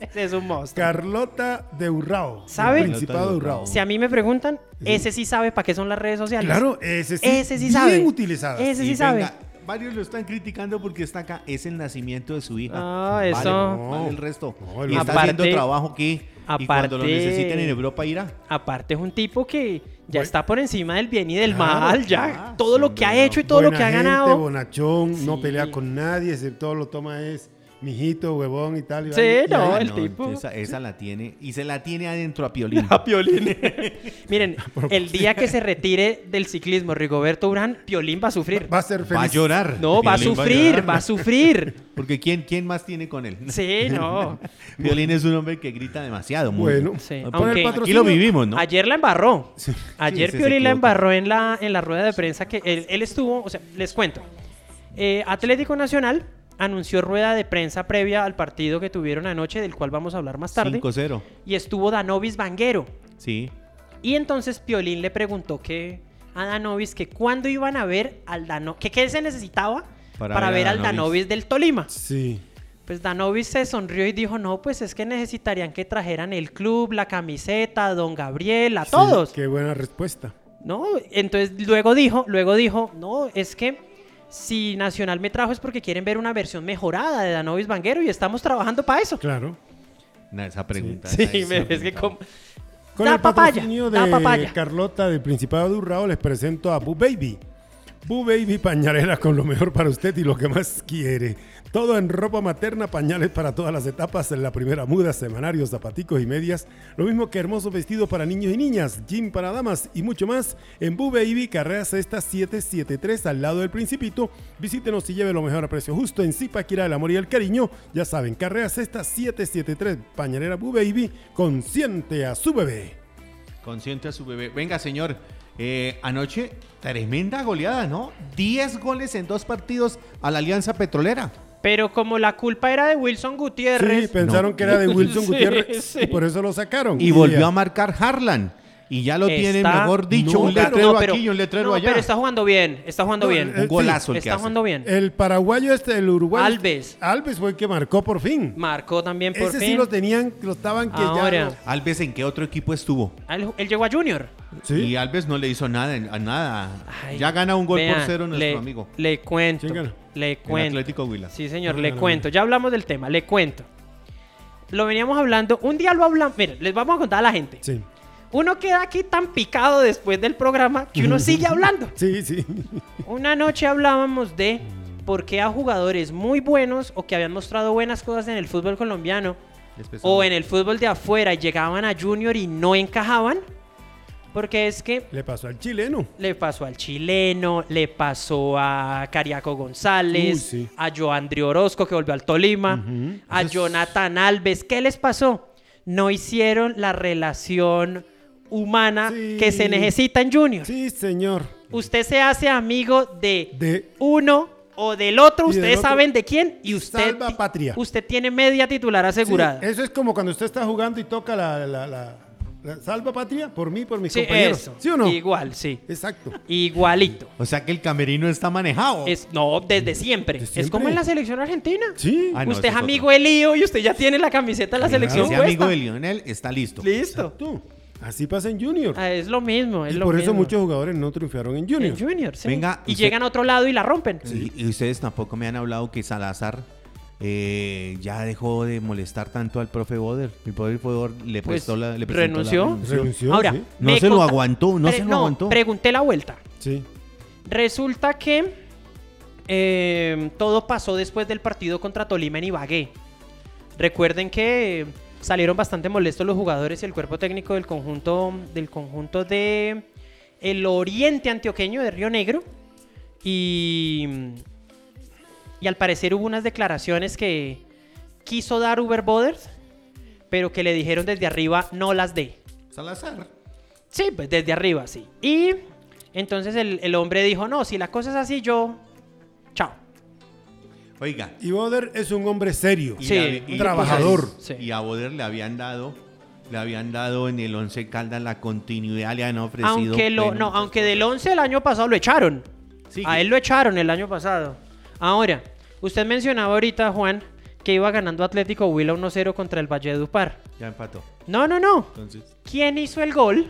[SPEAKER 4] Ese es un monstruo.
[SPEAKER 2] Carlota de Urrao.
[SPEAKER 4] ¿Sabe?
[SPEAKER 2] del Principado de Urrao.
[SPEAKER 4] Si a mí me preguntan, ese sí sabe para qué son las redes sociales.
[SPEAKER 2] Claro, ese sí.
[SPEAKER 4] Ese sí
[SPEAKER 2] bien
[SPEAKER 4] sabe.
[SPEAKER 2] utilizadas.
[SPEAKER 4] Ese sí
[SPEAKER 3] Y
[SPEAKER 4] sabe.
[SPEAKER 3] venga, varios lo están criticando porque está acá. Es el nacimiento de su hija.
[SPEAKER 4] Ah,
[SPEAKER 3] Vale,
[SPEAKER 4] eso.
[SPEAKER 3] no, vale el resto.
[SPEAKER 2] No, el
[SPEAKER 3] y está
[SPEAKER 4] otro.
[SPEAKER 3] haciendo
[SPEAKER 4] Aparte-
[SPEAKER 3] trabajo aquí. y cuando lo
[SPEAKER 4] aparte-
[SPEAKER 3] necesiten en Europa irá.
[SPEAKER 4] Aparte es un tipo que ya está por encima del bien y del
[SPEAKER 2] Claro,
[SPEAKER 4] mal, ya
[SPEAKER 3] claro,
[SPEAKER 4] todo lo que ha
[SPEAKER 3] hombre,
[SPEAKER 4] hecho y todo
[SPEAKER 2] Buena
[SPEAKER 4] lo que ha
[SPEAKER 2] gente,
[SPEAKER 4] ganado. <laughs>
[SPEAKER 2] bonachón, no
[SPEAKER 4] Sí.
[SPEAKER 2] pelea con nadie, se- todo lo toma es mijito, huevón y tal. y
[SPEAKER 4] Sí,
[SPEAKER 2] vaina. Y
[SPEAKER 4] no,
[SPEAKER 2] ahí-
[SPEAKER 4] el tipo-
[SPEAKER 3] Ah, Esa, esa la tiene. Y se la tiene adentro a
[SPEAKER 4] <laughs>
[SPEAKER 3] Piolín.
[SPEAKER 2] <laughs>
[SPEAKER 4] Miren,
[SPEAKER 2] Ah,
[SPEAKER 4] el día que se retire del ciclismo Rigoberto Urán, Piolín va a sufrir.
[SPEAKER 2] va a ser feliz.
[SPEAKER 3] Va a llorar.
[SPEAKER 4] no, va a
[SPEAKER 3] Piolín
[SPEAKER 4] sufrir,
[SPEAKER 3] llorar.
[SPEAKER 4] va a sufrir.
[SPEAKER 3] Porque ¿quién, ¿quién más tiene con él? <laughs>
[SPEAKER 4] Sí, no.
[SPEAKER 3] Piolín es un hombre que grita demasiado. muy
[SPEAKER 2] Bueno,
[SPEAKER 3] bien.
[SPEAKER 4] Sí,
[SPEAKER 2] por el
[SPEAKER 4] aunque- Aquí
[SPEAKER 3] Aquí lo
[SPEAKER 2] patrocinio-
[SPEAKER 3] vivimos, <laughs> ¿no?
[SPEAKER 4] Ayer la embarró. Ayer
[SPEAKER 3] Sí, sí, se
[SPEAKER 4] Piolín
[SPEAKER 3] equivoca.
[SPEAKER 4] la embarró en la, en la rueda de prensa que él, él estuvo, o sea, les cuento. Eh, Atlético Nacional anunció rueda de prensa previa al partido que tuvieron anoche, del cual vamos a hablar más tarde.
[SPEAKER 3] 5-0.
[SPEAKER 4] Y estuvo Danovis Vanguero.
[SPEAKER 3] Sí.
[SPEAKER 4] Y entonces Piolín le preguntó que a Danovis que cuándo iban a ver al Danovis, que qué se necesitaba para,
[SPEAKER 3] Para
[SPEAKER 4] ver,
[SPEAKER 3] ver a
[SPEAKER 4] al
[SPEAKER 3] Danovis.
[SPEAKER 4] Danovis del Tolima.
[SPEAKER 2] Sí.
[SPEAKER 4] Pues Danovis se sonrió y dijo, no, pues es que necesitarían que trajeran el club, la camiseta, don Gabriel, a
[SPEAKER 2] sí,
[SPEAKER 4] todos.
[SPEAKER 2] Qué buena respuesta.
[SPEAKER 4] ¿no? Entonces luego dijo, luego dijo, no, es que si Nacional me trajo es porque quieren ver una versión mejorada de Danovis Vanguero y estamos trabajando para eso.
[SPEAKER 2] Claro.
[SPEAKER 3] No, esa pregunta.
[SPEAKER 4] Sí,
[SPEAKER 3] esa- esa
[SPEAKER 4] me- es que
[SPEAKER 3] pregunta.
[SPEAKER 4] como-
[SPEAKER 2] Con
[SPEAKER 4] Da
[SPEAKER 2] el
[SPEAKER 4] papaya,
[SPEAKER 2] patrocinio
[SPEAKER 4] da
[SPEAKER 2] de
[SPEAKER 4] papaya.
[SPEAKER 2] Carlota del Principado de Urrao les presento a Boo Baby. Boo Baby pañalera con lo mejor para usted y lo que más quiere. Todo en ropa materna, pañales para todas las etapas, en la primera muda, semanarios, zapaticos y medias. Lo mismo que hermosos vestidos para niños y niñas, gym para damas y mucho más. En Boo Baby, carrera sexta 773 al lado del Principito. Visítenos y lleve lo mejor a precio justo en Zipaquirá, el amor y el cariño. Ya saben, carrera sexta 773, pañalera Boo Baby, consciente a su bebé.
[SPEAKER 3] Consciente a su bebé. Venga, señor. eh, anoche, tremenda goleada, ¿no? 10 goles en dos partidos a la Alianza Petrolera.
[SPEAKER 4] Pero como la culpa era de Wilson Gutiérrez.
[SPEAKER 2] Sí, pensaron que era de Wilson
[SPEAKER 4] <laughs> Sí,
[SPEAKER 2] Gutiérrez
[SPEAKER 4] sí.
[SPEAKER 2] y por eso lo sacaron.
[SPEAKER 3] Y volvió
[SPEAKER 2] ya.
[SPEAKER 3] a marcar Harlan. Y ya lo
[SPEAKER 4] Está-
[SPEAKER 3] tienen, mejor dicho,
[SPEAKER 2] No,
[SPEAKER 3] un
[SPEAKER 2] pero-
[SPEAKER 3] letrero
[SPEAKER 4] no,
[SPEAKER 3] aquí y un letrero
[SPEAKER 4] no,
[SPEAKER 3] allá.
[SPEAKER 4] Pero está jugando bien, está jugando
[SPEAKER 2] No,
[SPEAKER 4] bien.
[SPEAKER 2] eh,
[SPEAKER 3] Un golazo el que
[SPEAKER 4] Está
[SPEAKER 3] hace.
[SPEAKER 4] jugando bien.
[SPEAKER 3] Eh,
[SPEAKER 2] El paraguayo este, el uruguayo.
[SPEAKER 4] Alves.
[SPEAKER 2] Alves fue el que marcó por fin.
[SPEAKER 4] Marcó también por
[SPEAKER 2] Ese
[SPEAKER 4] fin.
[SPEAKER 2] sí lo tenían, lo estaban que
[SPEAKER 4] Ahora.
[SPEAKER 2] ya. no-
[SPEAKER 3] Alves, ¿en qué otro equipo estuvo?
[SPEAKER 4] Ah, él, él llegó a Junior.
[SPEAKER 3] Y
[SPEAKER 2] Sí.
[SPEAKER 3] Alves no le hizo nada, a nada.
[SPEAKER 4] Ay,
[SPEAKER 3] ya gana un gol por
[SPEAKER 4] vean,
[SPEAKER 3] cero nuestro
[SPEAKER 4] le-
[SPEAKER 3] amigo.
[SPEAKER 4] Le cuento.
[SPEAKER 2] ¿Quién ganó?
[SPEAKER 4] Le
[SPEAKER 3] el
[SPEAKER 4] cuento.
[SPEAKER 3] Atlético Huila.
[SPEAKER 4] Sí, señor,
[SPEAKER 2] No,
[SPEAKER 4] le
[SPEAKER 2] no, no,
[SPEAKER 4] cuento. Ya hablamos del tema, le cuento. Lo veníamos hablando. Un día lo hablamos. Miren, les vamos a contar a la gente.
[SPEAKER 2] Sí.
[SPEAKER 4] Uno queda aquí tan picado después del programa que uno sigue hablando.
[SPEAKER 2] Sí, sí. <laughs>
[SPEAKER 4] Una noche hablábamos de por qué a jugadores muy buenos o que habían mostrado buenas cosas en el fútbol colombiano
[SPEAKER 3] Les pesó.
[SPEAKER 4] o en el fútbol de afuera y llegaban a Junior y no encajaban. Porque es que
[SPEAKER 2] Le pasó al chileno.
[SPEAKER 4] le pasó al chileno, le pasó a Cariaco González,
[SPEAKER 2] Uy, sí.
[SPEAKER 4] a Joandri Orozco que volvió al Tolima, a Jonathan Alves. ¿Qué les pasó? No hicieron la relación humana
[SPEAKER 2] Sí.
[SPEAKER 4] que se necesita en Junior.
[SPEAKER 2] Sí, señor.
[SPEAKER 4] Usted se hace amigo de,
[SPEAKER 2] De-
[SPEAKER 4] uno o del otro,
[SPEAKER 2] Y del
[SPEAKER 4] ustedes
[SPEAKER 2] otro.
[SPEAKER 4] saben de quién, y usted,
[SPEAKER 2] Salva
[SPEAKER 4] ti-
[SPEAKER 2] patria.
[SPEAKER 4] usted tiene media titular asegurada.
[SPEAKER 2] Sí, eso es como cuando usted está jugando y toca la, la- la- la salva patria por mí, por mis
[SPEAKER 4] Sí,
[SPEAKER 2] compañeros.
[SPEAKER 4] eso.
[SPEAKER 2] ¿Sí o no?
[SPEAKER 4] Igual, sí.
[SPEAKER 2] Exacto.
[SPEAKER 4] Igualito.
[SPEAKER 3] O sea que el camerino está manejado.
[SPEAKER 4] Es, no, desde siempre.
[SPEAKER 2] Desde
[SPEAKER 4] Es como
[SPEAKER 2] siempre.
[SPEAKER 4] en la selección argentina.
[SPEAKER 2] Sí.
[SPEAKER 3] Ah, no,
[SPEAKER 4] usted
[SPEAKER 3] ese
[SPEAKER 4] es
[SPEAKER 3] es
[SPEAKER 4] amigo de Lío y usted ya tiene la camiseta de la
[SPEAKER 3] Claro.
[SPEAKER 4] selección
[SPEAKER 3] Si es
[SPEAKER 4] puesta.
[SPEAKER 3] amigo de Lionel, está listo.
[SPEAKER 4] Listo.
[SPEAKER 2] Tú. Así pasa en Junior.
[SPEAKER 4] Ah, es lo mismo, es
[SPEAKER 2] y
[SPEAKER 4] lo
[SPEAKER 2] por eso
[SPEAKER 4] mismo.
[SPEAKER 2] muchos jugadores no triunfaron en Junior.
[SPEAKER 4] En Junior, sí.
[SPEAKER 3] Venga,
[SPEAKER 4] y
[SPEAKER 3] usted-
[SPEAKER 4] llegan a otro lado y la rompen.
[SPEAKER 3] Y, y ustedes tampoco me han hablado que Salazar eh, ya dejó de molestar tanto al profe Boder. El profe Boder le
[SPEAKER 4] Pues,
[SPEAKER 3] prestó la. Le presentó
[SPEAKER 4] renunció.
[SPEAKER 3] la renuncia.
[SPEAKER 2] Renunció,
[SPEAKER 4] Ahora,
[SPEAKER 2] sí.
[SPEAKER 3] No
[SPEAKER 4] me
[SPEAKER 3] se lo
[SPEAKER 4] conta-
[SPEAKER 3] aguantó, no
[SPEAKER 4] pre-
[SPEAKER 3] se lo aguantó.
[SPEAKER 4] Pregunté la vuelta.
[SPEAKER 2] Sí.
[SPEAKER 4] Resulta que eh, todo pasó después del partido contra Tolima en Ibagué. Recuerden que eh, salieron bastante molestos los jugadores y el cuerpo técnico del conjunto del conjunto de el Oriente Antioqueño de Río Negro y em, y al parecer hubo unas declaraciones que quiso dar Uber Borders, pero que le dijeron desde arriba no las dé.
[SPEAKER 3] Salazar.
[SPEAKER 4] Sí, pues desde arriba, sí. Y entonces el, el hombre dijo, no, si la cosa es así, yo... Chao.
[SPEAKER 3] Oiga.
[SPEAKER 2] Y Boder es un hombre serio.
[SPEAKER 3] y
[SPEAKER 4] Sí,
[SPEAKER 3] la-
[SPEAKER 4] un
[SPEAKER 3] y- pues,
[SPEAKER 2] trabajador.
[SPEAKER 4] Sí.
[SPEAKER 3] Y a Boder le habían dado. Le habían dado en el 11 Caldas la continuidad, le han ofrecido.
[SPEAKER 4] Aunque, lo,
[SPEAKER 3] pleno-
[SPEAKER 4] no, aunque del 11 el año pasado lo echaron.
[SPEAKER 3] Sí.
[SPEAKER 4] A él lo echaron el año pasado. Ahora, usted mencionaba ahorita, Juan, que iba ganando Atlético Huila 1-0 contra el Valledupar.
[SPEAKER 3] Ya empató.
[SPEAKER 4] No, no, no.
[SPEAKER 3] Entonces.
[SPEAKER 4] ¿Quién hizo el gol?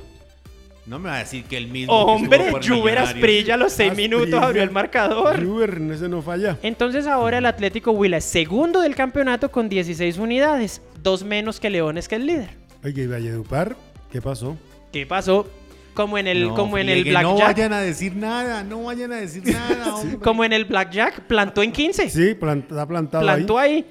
[SPEAKER 3] No me va a decir que el mismo. que
[SPEAKER 4] Hombre,
[SPEAKER 3] estuvo por
[SPEAKER 4] Juber
[SPEAKER 3] Millonarios.
[SPEAKER 4] Asprilla a los 6
[SPEAKER 2] Asprilla.
[SPEAKER 4] minutos abrió el marcador.
[SPEAKER 2] Juber, Ah, ese no falla.
[SPEAKER 4] Entonces ahora el Atlético Huila es segundo del campeonato con 16 unidades, dos menos que Leones que el líder.
[SPEAKER 2] Oye, ¿y Valledupar? ¿Qué pasó?
[SPEAKER 4] ¿Qué pasó? Como en el
[SPEAKER 3] No,
[SPEAKER 4] como en el
[SPEAKER 3] friegue, No
[SPEAKER 4] blackjack,
[SPEAKER 3] vayan a decir nada, no vayan a decir
[SPEAKER 4] <laughs>
[SPEAKER 3] nada. hombre.
[SPEAKER 4] como en el blackjack plantó en 15.
[SPEAKER 2] Sí, plant- está plantado
[SPEAKER 4] plantó
[SPEAKER 2] ahí.
[SPEAKER 4] ahí.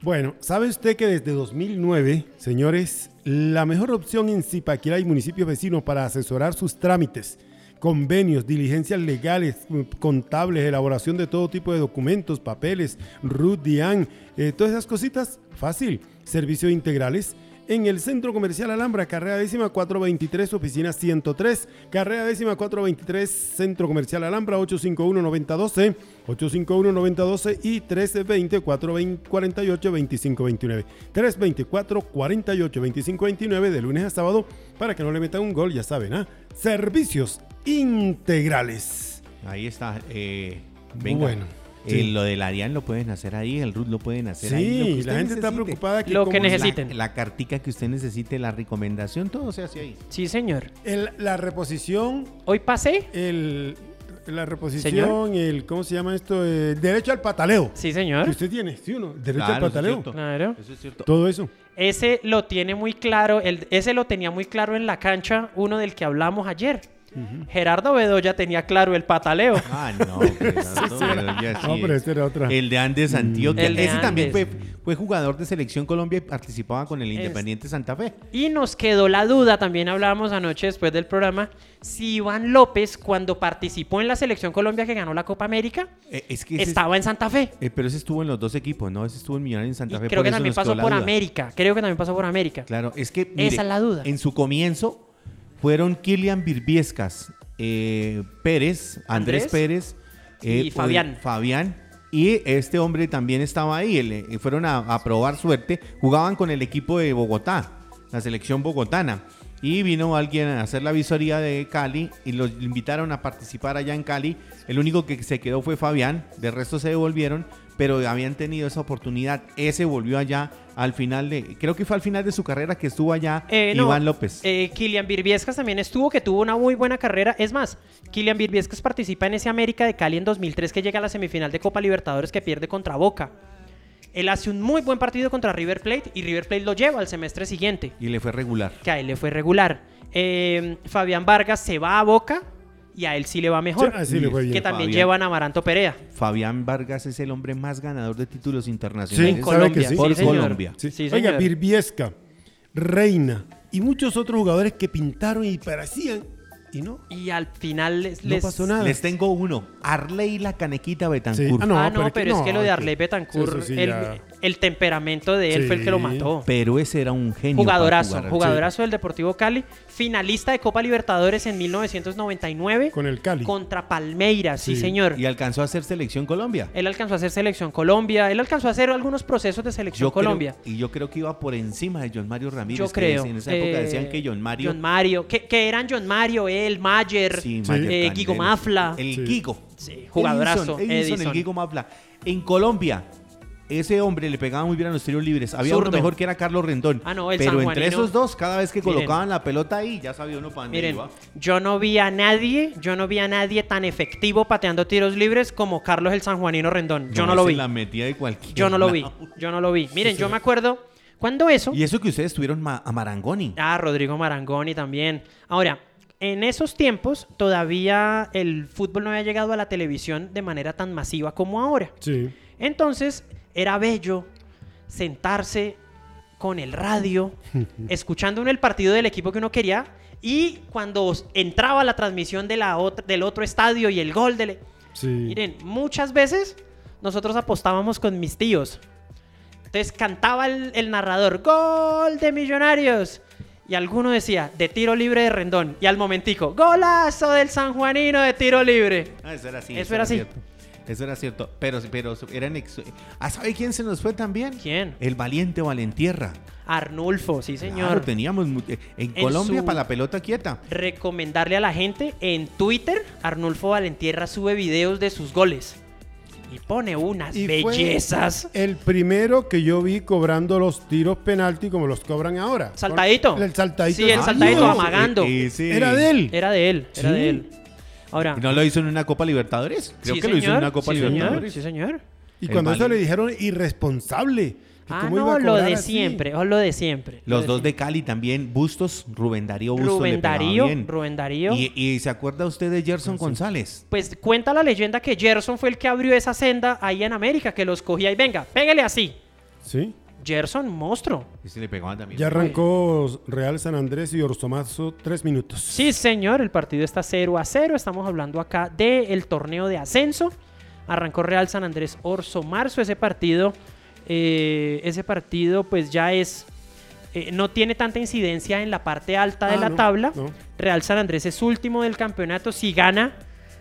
[SPEAKER 2] Bueno, ¿sabe usted que desde 2009, señores, la mejor opción en Zipaquirá y municipios vecinos para asesorar sus trámites, convenios, diligencias legales, mm, contables, elaboración de todo tipo de documentos, papeles, RUT, DIAN, eh, todas esas cositas? Fácil. Servicios integrales. En el Centro Comercial Alhambra, carrera décima 423, oficina 103, carrera décima 423, Centro Comercial Alhambra 851-9012, 851-9012 y 1320-448-2529. 324-48-2529 de lunes a sábado para que no le metan un gol, ya saben, ¿ah? Servicios integrales.
[SPEAKER 3] Ahí está. eh, venga.
[SPEAKER 2] Bueno, sí.
[SPEAKER 3] Eh, Lo del Arián lo pueden hacer ahí, el RUT lo pueden hacer ahí. lo que
[SPEAKER 2] Sí,
[SPEAKER 3] usted
[SPEAKER 2] la gente está
[SPEAKER 3] necesite.
[SPEAKER 2] preocupada que
[SPEAKER 4] Lo
[SPEAKER 2] cómo
[SPEAKER 4] que
[SPEAKER 2] es la-
[SPEAKER 4] necesita. Necesiten.
[SPEAKER 3] La, la cartica que usted necesite, la recomendación, todo se hace ahí.
[SPEAKER 4] Sí, señor.
[SPEAKER 2] el- la reposición
[SPEAKER 4] Hoy pasé.
[SPEAKER 2] el, la reposición,
[SPEAKER 4] Señor.
[SPEAKER 2] el, ¿cómo se llama esto? El derecho al pataleo.
[SPEAKER 4] Sí,
[SPEAKER 2] Que
[SPEAKER 4] señor.
[SPEAKER 2] usted tiene, sí o no, derecho
[SPEAKER 3] Claro,
[SPEAKER 2] al
[SPEAKER 3] eso es
[SPEAKER 2] pataleo.
[SPEAKER 3] cierto.
[SPEAKER 4] Claro.
[SPEAKER 3] Eso es cierto.
[SPEAKER 2] Todo eso.
[SPEAKER 4] Ese lo tiene muy claro, el- ese lo tenía muy claro en la cancha, uno del que hablamos ayer. Gerardo Bedoya tenía claro el pataleo.
[SPEAKER 3] Ah, <laughs> no. Gerardo Bedoya sí
[SPEAKER 2] No, pero
[SPEAKER 3] es.
[SPEAKER 2] ese era otra. Mm.
[SPEAKER 3] El de Andes Antioquia.
[SPEAKER 4] El de
[SPEAKER 3] Ese también fue,
[SPEAKER 4] Andes.
[SPEAKER 3] fue jugador de selección Colombia y participaba con el Independiente Santa Fe.
[SPEAKER 4] Y nos quedó la duda, también hablábamos anoche después del programa, si Iván López, cuando participó en la selección Colombia que ganó la Copa América,
[SPEAKER 3] Eh, es que ese-
[SPEAKER 4] estaba en Santa Fe.
[SPEAKER 3] eh, pero ese estuvo en los dos equipos, ¿no? Ese estuvo en Millonarios en
[SPEAKER 4] Y
[SPEAKER 3] Santa Fe.
[SPEAKER 4] creo
[SPEAKER 3] por
[SPEAKER 4] que
[SPEAKER 3] eso
[SPEAKER 4] también
[SPEAKER 3] nos
[SPEAKER 4] pasó
[SPEAKER 3] quedó la
[SPEAKER 4] por
[SPEAKER 3] duda.
[SPEAKER 4] América. Creo que también pasó por América.
[SPEAKER 3] Claro, es que.
[SPEAKER 4] Esa es la duda.
[SPEAKER 3] En su comienzo fueron Kilian Birbiescas, eh, Pérez, Andrés,
[SPEAKER 4] Andrés
[SPEAKER 3] Pérez
[SPEAKER 4] y
[SPEAKER 3] o-
[SPEAKER 4] Fabián.
[SPEAKER 3] Eh, pues, Fabián. Y este hombre también estaba ahí. el- eh, fueron a, a probar suerte. Jugaban con el equipo de Bogotá, la selección bogotana. Y vino alguien a hacer la visoría de Cali y los invitaron a participar allá en Cali. El único que se quedó fue Fabián, de resto se devolvieron, pero habían tenido esa oportunidad. Ese volvió allá al final de, creo que fue al final de su carrera que estuvo allá
[SPEAKER 4] Eh, no,
[SPEAKER 3] Iván López.
[SPEAKER 4] eh, Kilian Birbiescas también estuvo, que tuvo una muy buena carrera. Es más, Kilian Birbiescas participa en ese América de Cali en 2003 que llega a la semifinal de Copa Libertadores que pierde contra Boca. Él hace un muy buen partido contra River Plate y River Plate lo lleva al semestre siguiente,
[SPEAKER 3] y le fue regular.
[SPEAKER 4] que a él le fue regular. Eh, Fabián Vargas se va a Boca y a él sí le va mejor.
[SPEAKER 2] Sí, así le fue bien.
[SPEAKER 4] que también
[SPEAKER 3] Fabián.
[SPEAKER 4] llevan a Amaranto Perea.
[SPEAKER 3] Fabián Vargas es el hombre más ganador de títulos
[SPEAKER 2] Sí,
[SPEAKER 3] internacionales
[SPEAKER 2] sabe
[SPEAKER 4] En
[SPEAKER 2] que
[SPEAKER 4] Colombia,
[SPEAKER 2] sí.
[SPEAKER 3] por
[SPEAKER 4] sí, señor.
[SPEAKER 3] Colombia.
[SPEAKER 2] Sí.
[SPEAKER 4] Sí,
[SPEAKER 2] Oiga,
[SPEAKER 4] señor.
[SPEAKER 2] Birbiesca, Reina y muchos otros jugadores que pintaron y parecían y no.
[SPEAKER 4] Y al final les...
[SPEAKER 2] No
[SPEAKER 4] les-
[SPEAKER 2] pasó nada.
[SPEAKER 3] Les tengo uno. Arley la canequita
[SPEAKER 2] Sí.
[SPEAKER 3] Betancourt.
[SPEAKER 2] Ah,
[SPEAKER 4] ah, no, pero, es que lo de
[SPEAKER 2] no,
[SPEAKER 4] Arley Betancourt,
[SPEAKER 2] eso sí
[SPEAKER 4] el,
[SPEAKER 2] ya-
[SPEAKER 4] el temperamento de él fue el que lo
[SPEAKER 2] Sí.
[SPEAKER 4] mató.
[SPEAKER 3] Pero ese era un genio. para
[SPEAKER 4] Jugadorazo,
[SPEAKER 3] jugar al-
[SPEAKER 4] jugadorazo del Deportivo Cali, finalista de Copa Libertadores en 1999
[SPEAKER 2] Con el Cali.
[SPEAKER 4] contra Palmeiras, sí,
[SPEAKER 2] Sí.
[SPEAKER 4] señor.
[SPEAKER 3] Y alcanzó a ser selección Colombia.
[SPEAKER 4] Él alcanzó a hacer selección Colombia, él alcanzó a hacer algunos procesos de selección
[SPEAKER 3] Yo creo-
[SPEAKER 4] Colombia.
[SPEAKER 3] y yo creo que iba por encima de John Mario Ramírez.
[SPEAKER 4] yo
[SPEAKER 3] que
[SPEAKER 4] creo.
[SPEAKER 3] En esa época
[SPEAKER 4] eh,
[SPEAKER 3] decían que John Mario.
[SPEAKER 4] John Mario, que, que eran John Mario, él, Mayer,
[SPEAKER 3] Sí,
[SPEAKER 4] eh,
[SPEAKER 3] Mario Candel.
[SPEAKER 4] Guigo Mafla.
[SPEAKER 3] El
[SPEAKER 2] Sí.
[SPEAKER 3] Guigo.
[SPEAKER 4] Sí, jugadorazo,
[SPEAKER 3] Edison, Edison, el
[SPEAKER 4] Edison.
[SPEAKER 3] Guigo Mafla. En Colombia, ese hombre le pegaba muy bien a los tiros libres. Había
[SPEAKER 4] Zurdo.
[SPEAKER 3] uno mejor que era Carlos Rendón.
[SPEAKER 4] Ah, no, el
[SPEAKER 3] Pero
[SPEAKER 4] sanjuanino.
[SPEAKER 3] entre esos dos, cada vez que
[SPEAKER 4] Miren.
[SPEAKER 3] colocaban la pelota ahí, ya sabía uno para dónde
[SPEAKER 4] Miren,
[SPEAKER 3] iba.
[SPEAKER 4] yo no vi a nadie, yo no vi a nadie tan efectivo pateando tiros libres como Carlos el Sanjuanino Rendón. Yo no, lo
[SPEAKER 3] ese
[SPEAKER 4] vi.
[SPEAKER 3] La metía de cualquier
[SPEAKER 4] Yo no lo vi.
[SPEAKER 3] lado.
[SPEAKER 4] Yo no lo vi. Miren, yo me acuerdo cuando eso.
[SPEAKER 3] Y eso que ustedes tuvieron ma- a Marangoni.
[SPEAKER 4] Ah, Rodrigo Marangoni también. Ahora, en esos tiempos todavía el fútbol no había llegado a la televisión de manera tan masiva como ahora.
[SPEAKER 2] Sí.
[SPEAKER 4] Entonces, era bello sentarse con el radio, escuchando uno el partido del equipo que uno quería, y cuando entraba la transmisión de la otra- del otro estadio y el gol del...
[SPEAKER 2] Sí.
[SPEAKER 4] Miren, muchas veces nosotros apostábamos con mis tíos. Entonces cantaba el, el narrador, gol de Millonarios. Y alguno decía, de tiro libre de Rendón. Y al momentico, golazo del sanjuanino de tiro libre.
[SPEAKER 3] Ah, eso era así.
[SPEAKER 4] Eso era así.
[SPEAKER 3] cierto. Eso era cierto. Pero, pero eran. ex- Ah, ¿sabe quién se nos fue también?
[SPEAKER 4] ¿Quién?
[SPEAKER 3] El valiente Valentierra.
[SPEAKER 4] Arnulfo, sí señor.
[SPEAKER 3] Claro, teníamos. mu- eh, En, Colombia,
[SPEAKER 4] su-
[SPEAKER 3] para la pelota quieta.
[SPEAKER 4] recomendarle a la gente en Twitter, Arnulfo Valentierra sube videos de sus goles y pone unas
[SPEAKER 2] Y fue
[SPEAKER 4] bellezas.
[SPEAKER 2] El primero que yo vi cobrando los tiros penalti como los cobran ahora.
[SPEAKER 4] Saltadito.
[SPEAKER 2] El saltadito.
[SPEAKER 4] Sí, el
[SPEAKER 2] Ah,
[SPEAKER 4] saltadito
[SPEAKER 2] no.
[SPEAKER 4] amagado. amagando.
[SPEAKER 3] E- ese-
[SPEAKER 2] Era de él.
[SPEAKER 4] Era de él, era
[SPEAKER 2] Sí.
[SPEAKER 4] de él. Ahora,
[SPEAKER 3] ¿No lo hizo en una Copa Libertadores? Creo
[SPEAKER 4] sí,
[SPEAKER 3] que lo hizo en
[SPEAKER 4] señor,
[SPEAKER 3] una Copa
[SPEAKER 4] sí, señor,
[SPEAKER 3] Libertadores.
[SPEAKER 4] sí, señor.
[SPEAKER 2] Y
[SPEAKER 3] El
[SPEAKER 2] cuando eso
[SPEAKER 3] Valen.
[SPEAKER 2] le dijeron irresponsable. que
[SPEAKER 4] Ah,
[SPEAKER 2] cómo iba
[SPEAKER 4] no,
[SPEAKER 2] a
[SPEAKER 4] lo
[SPEAKER 2] cobrar
[SPEAKER 4] de
[SPEAKER 2] así.
[SPEAKER 4] siempre, o lo de siempre. lo
[SPEAKER 3] Los
[SPEAKER 4] de
[SPEAKER 3] dos
[SPEAKER 4] siempre.
[SPEAKER 3] de Cali también, Bustos, Rubén Darío Bustos.
[SPEAKER 4] Rubén
[SPEAKER 3] le pegaba
[SPEAKER 4] Darío,
[SPEAKER 3] bien.
[SPEAKER 4] Rubén Darío.
[SPEAKER 3] Y, y se acuerda usted de Gerson González.
[SPEAKER 4] Pues cuenta la leyenda que Gerson fue el que abrió esa senda ahí en América, que los cogía y venga, pégale así.
[SPEAKER 2] Sí.
[SPEAKER 4] Gerson, monstruo.
[SPEAKER 3] Y se le pegaban también.
[SPEAKER 2] Ya arrancó Real San Andrés y Orsomazo tres minutos.
[SPEAKER 4] Sí, señor, el partido está 0 a 0. Estamos hablando acá del torneo de ascenso. Arrancó Real San Andrés Orso Marzo. Ese partido, eh, ese partido, pues ya es. eh, no tiene tanta incidencia en la parte alta de
[SPEAKER 2] Ah,
[SPEAKER 4] la
[SPEAKER 2] no,
[SPEAKER 4] tabla.
[SPEAKER 2] no.
[SPEAKER 4] Real San Andrés es último del campeonato. Si gana,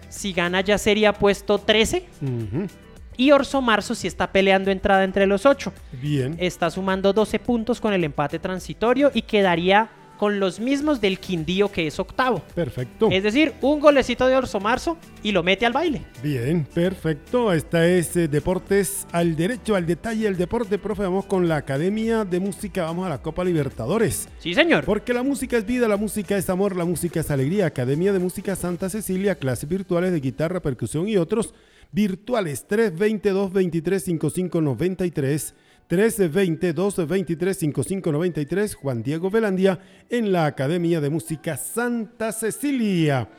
[SPEAKER 4] si gana ya sería puesto 13.
[SPEAKER 2] Ujú.
[SPEAKER 4] Y Orso Marzo sí está peleando entrada entre los 8
[SPEAKER 2] Bien.
[SPEAKER 4] está sumando 12 puntos con el empate transitorio y quedaría con los mismos del Quindío que es octavo.
[SPEAKER 2] Perfecto.
[SPEAKER 4] Es decir, un golecito de Orso Marzo y lo mete al baile.
[SPEAKER 2] Bien, perfecto. Esta es eh, Deportes al Derecho, al Detalle del Deporte. Profe, vamos con la Academia de Música. Vamos a la Copa Libertadores.
[SPEAKER 4] Sí, señor.
[SPEAKER 2] Porque la música es vida, la música es amor, la música es alegría. Academia de Música Santa Cecilia, clases virtuales de guitarra, percusión y otros. Virtuales 322 23 55 93 1320 223 5593 Juan Diego Velandia en la Academia de Música Santa Cecilia.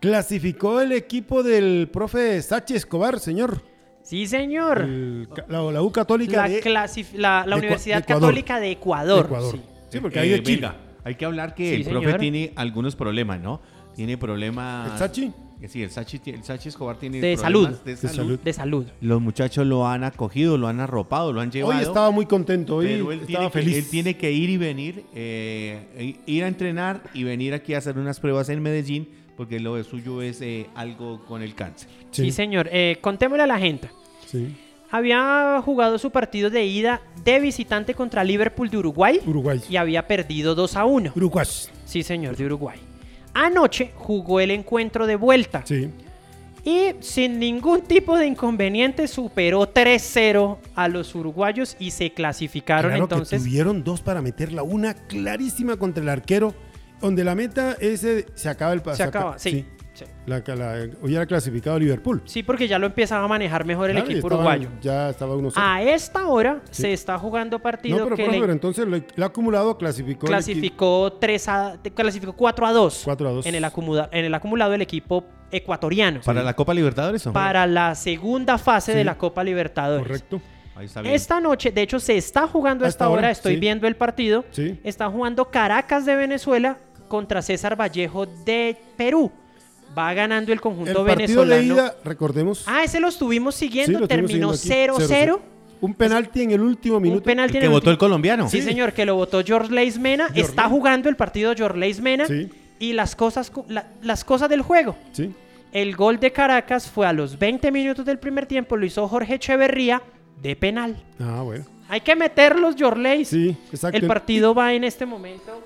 [SPEAKER 2] Clasificó el equipo del profe Sachi Escobar, señor.
[SPEAKER 4] Sí, señor.
[SPEAKER 2] El ca- la, la U Católica
[SPEAKER 4] la,
[SPEAKER 2] de,
[SPEAKER 4] clasif- la- la
[SPEAKER 2] de Ecua-
[SPEAKER 4] Universidad
[SPEAKER 2] de Ecuador.
[SPEAKER 4] Católica de Ecuador.
[SPEAKER 2] de Ecuador.
[SPEAKER 4] sí.
[SPEAKER 2] Sí, porque hay de
[SPEAKER 3] Eh,
[SPEAKER 2] Chile.
[SPEAKER 3] venga, hay que hablar que
[SPEAKER 4] Sí,
[SPEAKER 3] el profe
[SPEAKER 4] señor.
[SPEAKER 3] tiene algunos problemas, ¿no? Tiene problemas.
[SPEAKER 2] ¿El Sachi?
[SPEAKER 3] Eh, Sí, el Sachi, ti- el Sachi Escobar tiene
[SPEAKER 4] De
[SPEAKER 3] problemas
[SPEAKER 4] salud.
[SPEAKER 3] de
[SPEAKER 2] De salud.
[SPEAKER 3] salud.
[SPEAKER 4] De salud.
[SPEAKER 3] Los muchachos lo han acogido, lo han arropado, lo han llevado.
[SPEAKER 2] Hoy estaba muy contento, hoy
[SPEAKER 3] pero él
[SPEAKER 2] estaba
[SPEAKER 3] tiene, que,
[SPEAKER 2] feliz.
[SPEAKER 3] él tiene que ir y venir, eh, i- ir a entrenar y venir aquí a hacer unas pruebas en Medellín, porque lo de suyo es eh, algo con el cáncer.
[SPEAKER 4] Sí,
[SPEAKER 2] Sí,
[SPEAKER 4] señor. Eh, contémosle a la gente.
[SPEAKER 2] sí.
[SPEAKER 4] Había jugado su partido de ida de visitante contra Liverpool de Uruguay
[SPEAKER 2] Uruguay.
[SPEAKER 4] y había perdido 2 a 1.
[SPEAKER 2] Uruguay.
[SPEAKER 4] Sí, señor, de Uruguay. Anoche jugó el encuentro de vuelta
[SPEAKER 2] Sí.
[SPEAKER 4] y sin ningún tipo de inconveniente superó 3-0 a los uruguayos y se clasificaron
[SPEAKER 2] Claro
[SPEAKER 4] entonces.
[SPEAKER 2] que tuvieron dos para meterla, una clarísima contra el arquero, donde la meta ese se acaba el pase.
[SPEAKER 4] Se acaba, sí. sí.
[SPEAKER 2] La, la- hoy era clasificado Liverpool.
[SPEAKER 4] Sí, porque ya lo empezaba a manejar mejor el
[SPEAKER 2] Claro, y
[SPEAKER 4] equipo
[SPEAKER 2] estaban-
[SPEAKER 4] uruguayo.
[SPEAKER 2] Ya estaba uno cero.
[SPEAKER 4] A esta hora
[SPEAKER 2] Sí.
[SPEAKER 4] se está jugando partido
[SPEAKER 2] No, pero,
[SPEAKER 4] que
[SPEAKER 2] profe,
[SPEAKER 4] le
[SPEAKER 2] pero entonces lo- el acumulado clasificó. el equipo.
[SPEAKER 4] clasificó, 3 a, te- clasificó 4 a 2,
[SPEAKER 2] 4 a 2.
[SPEAKER 4] En, el acumula- en el acumulado del equipo ecuatoriano
[SPEAKER 3] Para la Copa Libertadores, hombre.
[SPEAKER 4] para la segunda fase
[SPEAKER 2] Sí.
[SPEAKER 4] de la Copa Libertadores.
[SPEAKER 2] Correcto.
[SPEAKER 3] Ahí está bien.
[SPEAKER 4] Esta noche, de hecho, se está jugando a
[SPEAKER 2] A
[SPEAKER 4] esta
[SPEAKER 2] esta hora,
[SPEAKER 4] hora, estoy
[SPEAKER 2] sí.
[SPEAKER 4] viendo el partido.
[SPEAKER 2] Sí.
[SPEAKER 4] Está jugando Caracas de Venezuela contra César Vallejo de Perú. Va ganando el
[SPEAKER 2] El
[SPEAKER 4] conjunto
[SPEAKER 2] partido
[SPEAKER 4] venezolano.
[SPEAKER 2] de ida, recordemos.
[SPEAKER 4] Ah, ese lo estuvimos
[SPEAKER 2] sí,
[SPEAKER 4] siguiendo,
[SPEAKER 2] lo estuvimos
[SPEAKER 4] terminó
[SPEAKER 2] siguiendo aquí,
[SPEAKER 4] 0-0.
[SPEAKER 2] Un penalti en el último
[SPEAKER 4] Un
[SPEAKER 2] minuto.
[SPEAKER 3] El
[SPEAKER 4] penalti en
[SPEAKER 3] que
[SPEAKER 4] el
[SPEAKER 3] votó
[SPEAKER 4] último-
[SPEAKER 3] el colombiano.
[SPEAKER 4] Sí, señor, que lo votó George Leis Mena.
[SPEAKER 2] George
[SPEAKER 4] Está
[SPEAKER 2] Leis.
[SPEAKER 4] jugando el partido George Leis Mena.
[SPEAKER 2] Sí.
[SPEAKER 4] Y las cosas, cu- la- las cosas del juego.
[SPEAKER 2] Sí.
[SPEAKER 4] El gol de Caracas fue a los 20 minutos del primer tiempo, lo hizo Jorge Echeverría de penal.
[SPEAKER 2] Ah, bueno.
[SPEAKER 4] Hay que meterlos, George Leis.
[SPEAKER 2] Sí, exacto.
[SPEAKER 4] El partido va en este momento,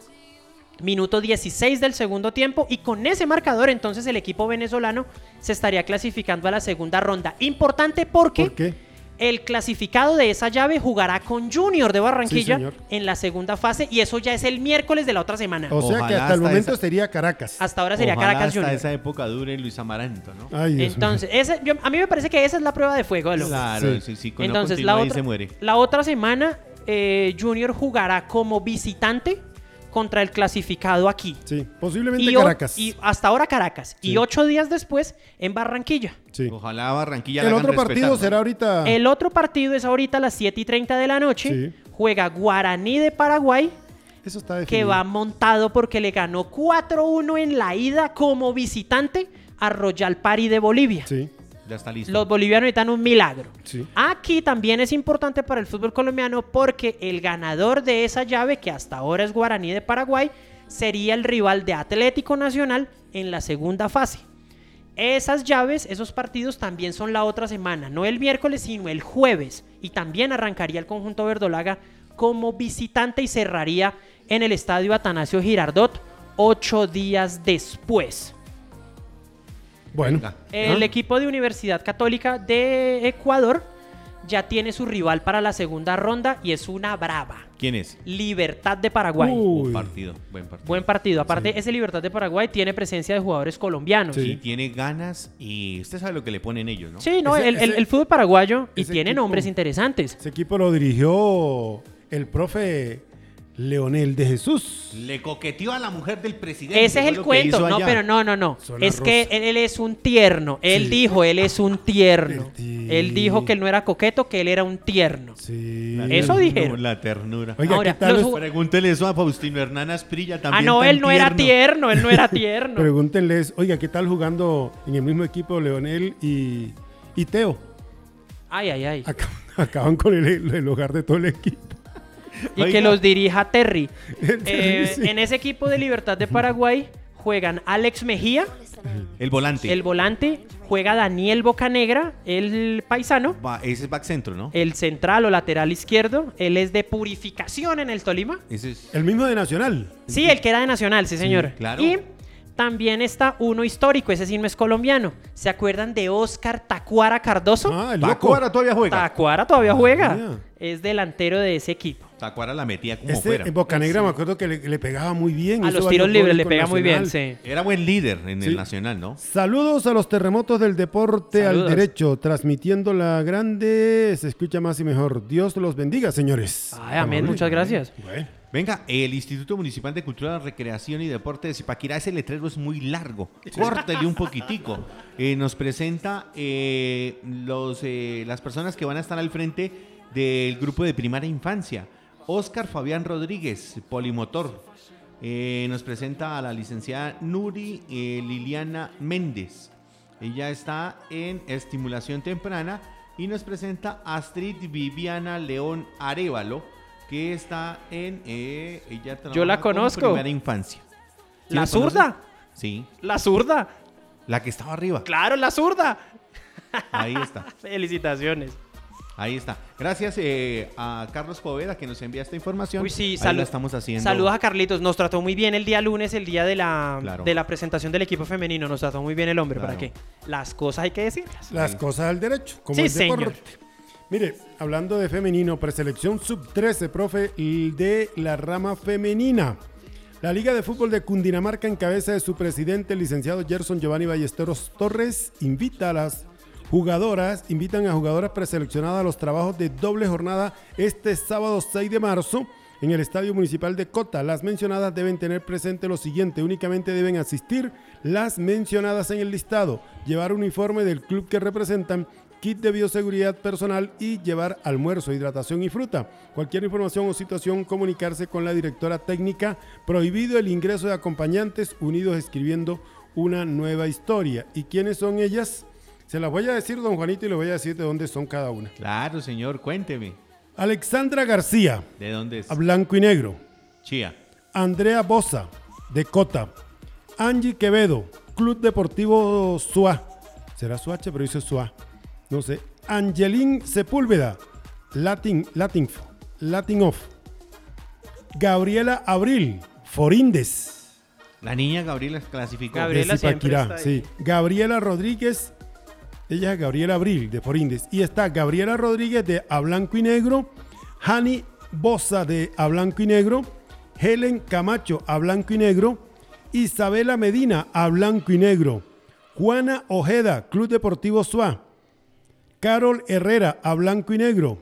[SPEAKER 4] minuto 16 del segundo tiempo, y con ese marcador entonces el equipo venezolano se estaría clasificando a la segunda ronda. Importante porque
[SPEAKER 2] ¿Por qué?
[SPEAKER 4] el clasificado de esa llave jugará con Junior de Barranquilla
[SPEAKER 2] Sí, señor.
[SPEAKER 4] en la segunda fase, y eso ya es el miércoles de la otra semana.
[SPEAKER 2] O sea
[SPEAKER 3] Ojalá
[SPEAKER 2] que hasta el
[SPEAKER 3] hasta
[SPEAKER 2] momento
[SPEAKER 3] esa-
[SPEAKER 2] sería Caracas.
[SPEAKER 4] Hasta ahora sería
[SPEAKER 3] Ojalá
[SPEAKER 4] Caracas
[SPEAKER 3] hasta
[SPEAKER 4] Junior.
[SPEAKER 3] esa época dure Luis Amaranto, ¿no?
[SPEAKER 2] Ay, Dios mío.
[SPEAKER 4] Entonces, ese- yo- a mí me parece que esa es la prueba de fuego de los
[SPEAKER 3] Claro,
[SPEAKER 2] Sí.
[SPEAKER 3] sí, sí, con
[SPEAKER 4] Entonces,
[SPEAKER 3] no
[SPEAKER 4] la
[SPEAKER 3] continúa ahí
[SPEAKER 4] otra,
[SPEAKER 3] se muere.
[SPEAKER 4] la otra semana, eh, Junior jugará como visitante contra el clasificado aquí.
[SPEAKER 2] Sí, posiblemente
[SPEAKER 4] o-
[SPEAKER 2] Caracas.
[SPEAKER 4] y hasta ahora Caracas.
[SPEAKER 2] Sí.
[SPEAKER 4] Y ocho días después en Barranquilla.
[SPEAKER 2] Sí.
[SPEAKER 3] Ojalá Barranquilla
[SPEAKER 2] El
[SPEAKER 3] la hagan
[SPEAKER 2] otro partido
[SPEAKER 3] respetar, ¿no?
[SPEAKER 2] será ahorita.
[SPEAKER 4] El otro partido es ahorita a las 7 y 30 de la noche.
[SPEAKER 2] Ah. Sí.
[SPEAKER 4] Juega Guaraní de Paraguay,
[SPEAKER 2] Eso está
[SPEAKER 4] que
[SPEAKER 2] definido.
[SPEAKER 4] va montado porque le ganó 4-1 en la ida como visitante a Royal Pari de Bolivia.
[SPEAKER 2] Sí,
[SPEAKER 3] Ya está listo.
[SPEAKER 4] Los bolivianos necesitan un milagro.
[SPEAKER 2] sí.
[SPEAKER 4] Aquí también es importante para el fútbol colombiano porque el ganador de esa llave, que hasta ahora es Guaraní de Paraguay, sería el rival de Atlético Nacional en la segunda fase. Esas llaves, esos partidos también son la otra semana, no el miércoles sino el jueves. Y también arrancaría el conjunto verdolaga como visitante y cerraría en el estadio Atanasio Girardot ocho días después.
[SPEAKER 2] Bueno.
[SPEAKER 3] Venga.
[SPEAKER 4] El equipo de Universidad Católica de Ecuador ya tiene su rival para la segunda ronda y es una brava.
[SPEAKER 3] ¿Quién es?
[SPEAKER 4] Libertad de Paraguay.
[SPEAKER 2] Uh. Uy.
[SPEAKER 3] Buen partido, buen partido.
[SPEAKER 4] Buen partido. Aparte, ese Libertad de Paraguay tiene presencia de jugadores colombianos.
[SPEAKER 2] Sí.
[SPEAKER 4] Sí,
[SPEAKER 3] Y tiene ganas y usted sabe lo que le ponen ellos, ¿no?
[SPEAKER 4] no,
[SPEAKER 2] Ese-
[SPEAKER 4] el, el-
[SPEAKER 2] ese-
[SPEAKER 4] el fútbol paraguayo y
[SPEAKER 2] ese
[SPEAKER 4] tiene
[SPEAKER 2] equipo-
[SPEAKER 4] nombres interesantes.
[SPEAKER 2] Ese equipo lo dirigió el profe Leonel de Jesús.
[SPEAKER 3] Le coqueteó a la mujer del presidente.
[SPEAKER 4] Ese es
[SPEAKER 3] fue
[SPEAKER 4] el
[SPEAKER 3] lo que
[SPEAKER 4] cuento,
[SPEAKER 3] hizo
[SPEAKER 4] no,
[SPEAKER 3] allá.
[SPEAKER 4] pero no, no, no.
[SPEAKER 2] Zona
[SPEAKER 4] Es que
[SPEAKER 2] rosa.
[SPEAKER 4] él, él es un tierno. Él
[SPEAKER 2] Sí.
[SPEAKER 4] dijo, él es un tierno.
[SPEAKER 2] Sí.
[SPEAKER 4] Él dijo que él no era coqueto, que él era un tierno.
[SPEAKER 2] Sí.
[SPEAKER 3] La
[SPEAKER 4] Eso
[SPEAKER 3] ternura,
[SPEAKER 4] dijeron.
[SPEAKER 3] La ternura.
[SPEAKER 2] Oiga,
[SPEAKER 4] Ahora,
[SPEAKER 2] ¿qué tal?
[SPEAKER 4] los
[SPEAKER 2] es-
[SPEAKER 4] ju-
[SPEAKER 3] Pregúntele eso a Faustino Hernán Asprilla
[SPEAKER 4] Ah,
[SPEAKER 3] también.
[SPEAKER 4] no,
[SPEAKER 3] tan
[SPEAKER 4] él no era tierno, él no era tierno.
[SPEAKER 2] Pregúntenles, oiga, ¿qué tal jugando en el mismo equipo Leonel y, y Teo? <laughs>
[SPEAKER 4] Ay, ay, ay.
[SPEAKER 2] Acab- Acaban con el, el hogar de todo el equipo.
[SPEAKER 4] Y
[SPEAKER 3] Oiga.
[SPEAKER 4] que los dirija Terry.
[SPEAKER 2] <laughs> Terry,
[SPEAKER 4] Eh,
[SPEAKER 2] sí.
[SPEAKER 4] En ese equipo de Libertad de Paraguay juegan Alex Mejía,
[SPEAKER 3] El volante.
[SPEAKER 4] el volante, juega Daniel Bocanegra, el paisano,
[SPEAKER 3] Va- ese es back centro, ¿no?
[SPEAKER 4] el central o lateral izquierdo. Él es de purificación en el Tolima.
[SPEAKER 3] Ese es.
[SPEAKER 2] El mismo de Nacional.
[SPEAKER 4] Sí, el que era de Nacional, sí, señor.
[SPEAKER 3] claro.
[SPEAKER 4] Y también está uno histórico, ese sí no es colombiano. ¿Se acuerdan de Oscar Tacuara Cardoso?
[SPEAKER 2] Ah, el
[SPEAKER 3] Paco
[SPEAKER 2] loco.
[SPEAKER 3] ahora todavía juega.
[SPEAKER 4] Tacuara todavía juega.
[SPEAKER 2] mira.
[SPEAKER 4] Es delantero de ese equipo.
[SPEAKER 3] Tacuara la metía como
[SPEAKER 2] Este,
[SPEAKER 3] fuera.
[SPEAKER 2] en Boca Negra me acuerdo que le, le pegaba muy bien.
[SPEAKER 4] A
[SPEAKER 2] hizo
[SPEAKER 4] los
[SPEAKER 2] varios
[SPEAKER 4] tiros libres
[SPEAKER 2] goles
[SPEAKER 4] le
[SPEAKER 2] con
[SPEAKER 4] pega muy bien,
[SPEAKER 2] Nacional.
[SPEAKER 4] sí.
[SPEAKER 3] Era buen líder en
[SPEAKER 2] Sí.
[SPEAKER 3] el Nacional, ¿no?
[SPEAKER 2] Saludos a los terremotos del deporte al
[SPEAKER 4] Saludos.
[SPEAKER 2] derecho, transmitiendo la grande, se escucha más y mejor. Dios los bendiga, señores.
[SPEAKER 4] Ay, amén,
[SPEAKER 2] Amable.
[SPEAKER 4] muchas gracias.
[SPEAKER 2] Bueno,
[SPEAKER 3] Venga, el Instituto Municipal de Cultura, Recreación y Deporte de Zipaquirá, ese letrero es muy largo, córtale un poquitico. Eh, nos presenta eh, los, eh, las personas que van a estar al frente del grupo de primaria infancia. Óscar Fabián Rodríguez, Polimotor. Eh, nos presenta a la licenciada Nuri eh, Liliana Méndez. Ella está en estimulación temprana y nos presenta Astrid Viviana León Arevalo, que está en... eh, ella trabaja
[SPEAKER 4] la
[SPEAKER 3] con
[SPEAKER 4] conozco.
[SPEAKER 3] Primera infancia. ¿Sí
[SPEAKER 4] ¿La
[SPEAKER 3] conoces?
[SPEAKER 4] zurda?
[SPEAKER 3] Sí,
[SPEAKER 4] La zurda.
[SPEAKER 3] la que estaba arriba.
[SPEAKER 4] Claro, la zurda.
[SPEAKER 3] Ahí está,
[SPEAKER 4] Felicitaciones.
[SPEAKER 3] ahí está. Gracias eh, a Carlos Poveda que nos envía esta información.
[SPEAKER 4] Uy, sí,
[SPEAKER 3] Ahí
[SPEAKER 4] salu-
[SPEAKER 3] la estamos haciendo.
[SPEAKER 4] Saludos a Carlitos. Nos trató muy bien el día lunes, el día de la,
[SPEAKER 3] Claro.
[SPEAKER 4] de la presentación del equipo femenino. Nos trató muy bien el hombre. ¿Para qué?
[SPEAKER 3] Claro.
[SPEAKER 4] Las cosas hay que decirlas.
[SPEAKER 2] las cosas al derecho, como
[SPEAKER 4] Sí,
[SPEAKER 2] el
[SPEAKER 4] señor.
[SPEAKER 2] deporte. Mire, hablando de femenino, preselección sub-13, profe, y de la rama femenina. La Liga de Fútbol de Cundinamarca, en cabeza de su presidente, el licenciado Gerson Giovanni Ballesteros Torres, invita a las jugadoras, invitan a jugadoras preseleccionadas a los trabajos de doble jornada este sábado 6 de marzo en el Estadio Municipal de Cota. Las mencionadas deben tener presente lo siguiente, únicamente deben asistir las mencionadas en el listado, llevar uniforme del club que representan, kit de bioseguridad personal y llevar almuerzo, hidratación y fruta. Cualquier información o situación, comunicarse con la directora técnica. Prohibido el ingreso de acompañantes unidos escribiendo una nueva historia. ¿Y quiénes son ellas? Se las voy a decir, don Juanito, y le voy a decir de dónde son cada una.
[SPEAKER 3] Claro, señor, cuénteme.
[SPEAKER 2] Alexandra García,
[SPEAKER 3] ¿De dónde es?
[SPEAKER 2] a blanco y negro.
[SPEAKER 3] Chía.
[SPEAKER 2] Andrea Bosa, de Cota. Angie Quevedo, Club Deportivo Suá. Será Suache, pero dice Suá. No sé. Angelín Sepúlveda, Latin, Latin, Latin Off. Gabriela Abril, Forindes,
[SPEAKER 3] La niña Gabriela clasificó.
[SPEAKER 4] Gabriel. Gabriela
[SPEAKER 2] de
[SPEAKER 4] siempre
[SPEAKER 2] Zipaquirá.
[SPEAKER 4] está ahí.
[SPEAKER 2] sí. Gabriela Rodríguez, ella es Gabriela Abril, de Forindes. Y está Gabriela Rodríguez, de A Blanco y Negro. Hani Bosa, de A Blanco y Negro. Helen Camacho, A Blanco y Negro. Isabela Medina, A Blanco y Negro. Juana Ojeda, Club Deportivo Suá. Carol Herrera, a blanco y negro.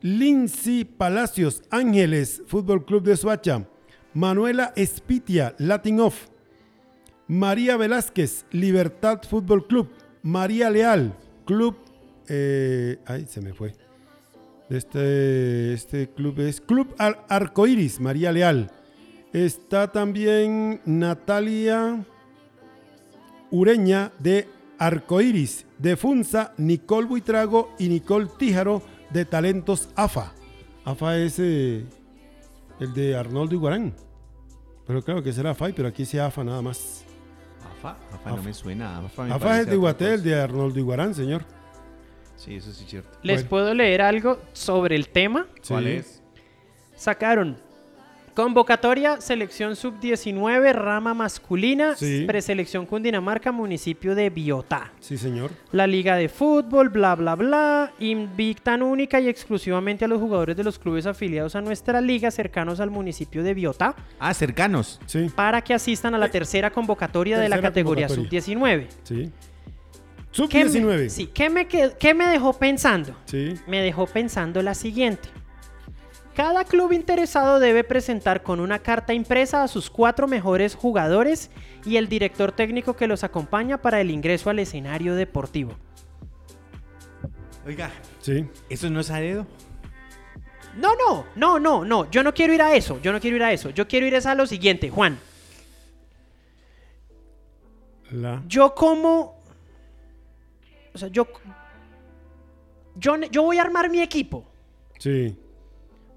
[SPEAKER 2] Lindsay Palacios, Ángeles, Fútbol Club de Suacha. Manuela Espitia, Latin Off. María Velázquez, Libertad Fútbol Club. María Leal, Club. eh, ay, se me fue. Este, este club es Club Ar- Arcoiris, María Leal. Está también Natalia. Ureña de Arcoiris, de Funza, Nicole Buitrago y Nicole Tíjaro de Talentos AFA. AFA es eh, el de Arnoldo Iguarán. Pero claro que será AFA, pero aquí sea AFA nada más.
[SPEAKER 3] Afa, Afa, no
[SPEAKER 2] Afa.
[SPEAKER 3] me suena. Afa, me
[SPEAKER 2] AFA
[SPEAKER 3] parece
[SPEAKER 2] es de
[SPEAKER 3] otra
[SPEAKER 2] Iguaté, el
[SPEAKER 3] cosa.
[SPEAKER 2] de Arnoldo Iguarán, señor.
[SPEAKER 3] Sí, eso sí es cierto.
[SPEAKER 4] ¿Les
[SPEAKER 2] Bueno.
[SPEAKER 4] puedo leer algo sobre el tema?
[SPEAKER 3] ¿Cuál
[SPEAKER 2] Sí.
[SPEAKER 3] es?
[SPEAKER 4] Sacaron convocatoria, selección sub-19, rama masculina,
[SPEAKER 2] Sí.
[SPEAKER 4] preselección Cundinamarca, municipio de Biotá.
[SPEAKER 2] Sí, señor.
[SPEAKER 4] La liga de fútbol, bla, bla, bla, invictan única y exclusivamente a los jugadores de los clubes afiliados a nuestra liga cercanos al municipio de Biotá
[SPEAKER 3] Ah, cercanos.
[SPEAKER 2] Sí,
[SPEAKER 4] para que asistan a la tercera convocatoria de la
[SPEAKER 2] Eh, tercera
[SPEAKER 4] categoría
[SPEAKER 2] convocatoria.
[SPEAKER 4] sub-19.
[SPEAKER 2] sí.
[SPEAKER 4] ¿Qué me-
[SPEAKER 2] Sub-19.
[SPEAKER 4] Sí, ¿qué me, qued- ¿qué me dejó pensando?
[SPEAKER 2] Sí.
[SPEAKER 4] me dejó pensando la siguiente. Cada club interesado debe presentar con una carta impresa a sus cuatro mejores jugadores y el director técnico que los acompaña para el ingreso al escenario deportivo.
[SPEAKER 3] Oiga,
[SPEAKER 2] sí.
[SPEAKER 3] ¿eso no es a dedo?
[SPEAKER 4] No, no, no, no, no. Yo no quiero ir a eso. Yo no quiero ir a eso. Yo quiero ir es a lo siguiente, Juan.
[SPEAKER 2] La.
[SPEAKER 4] Yo como... O sea, yo... Yo, yo voy a armar mi equipo.
[SPEAKER 2] Sí.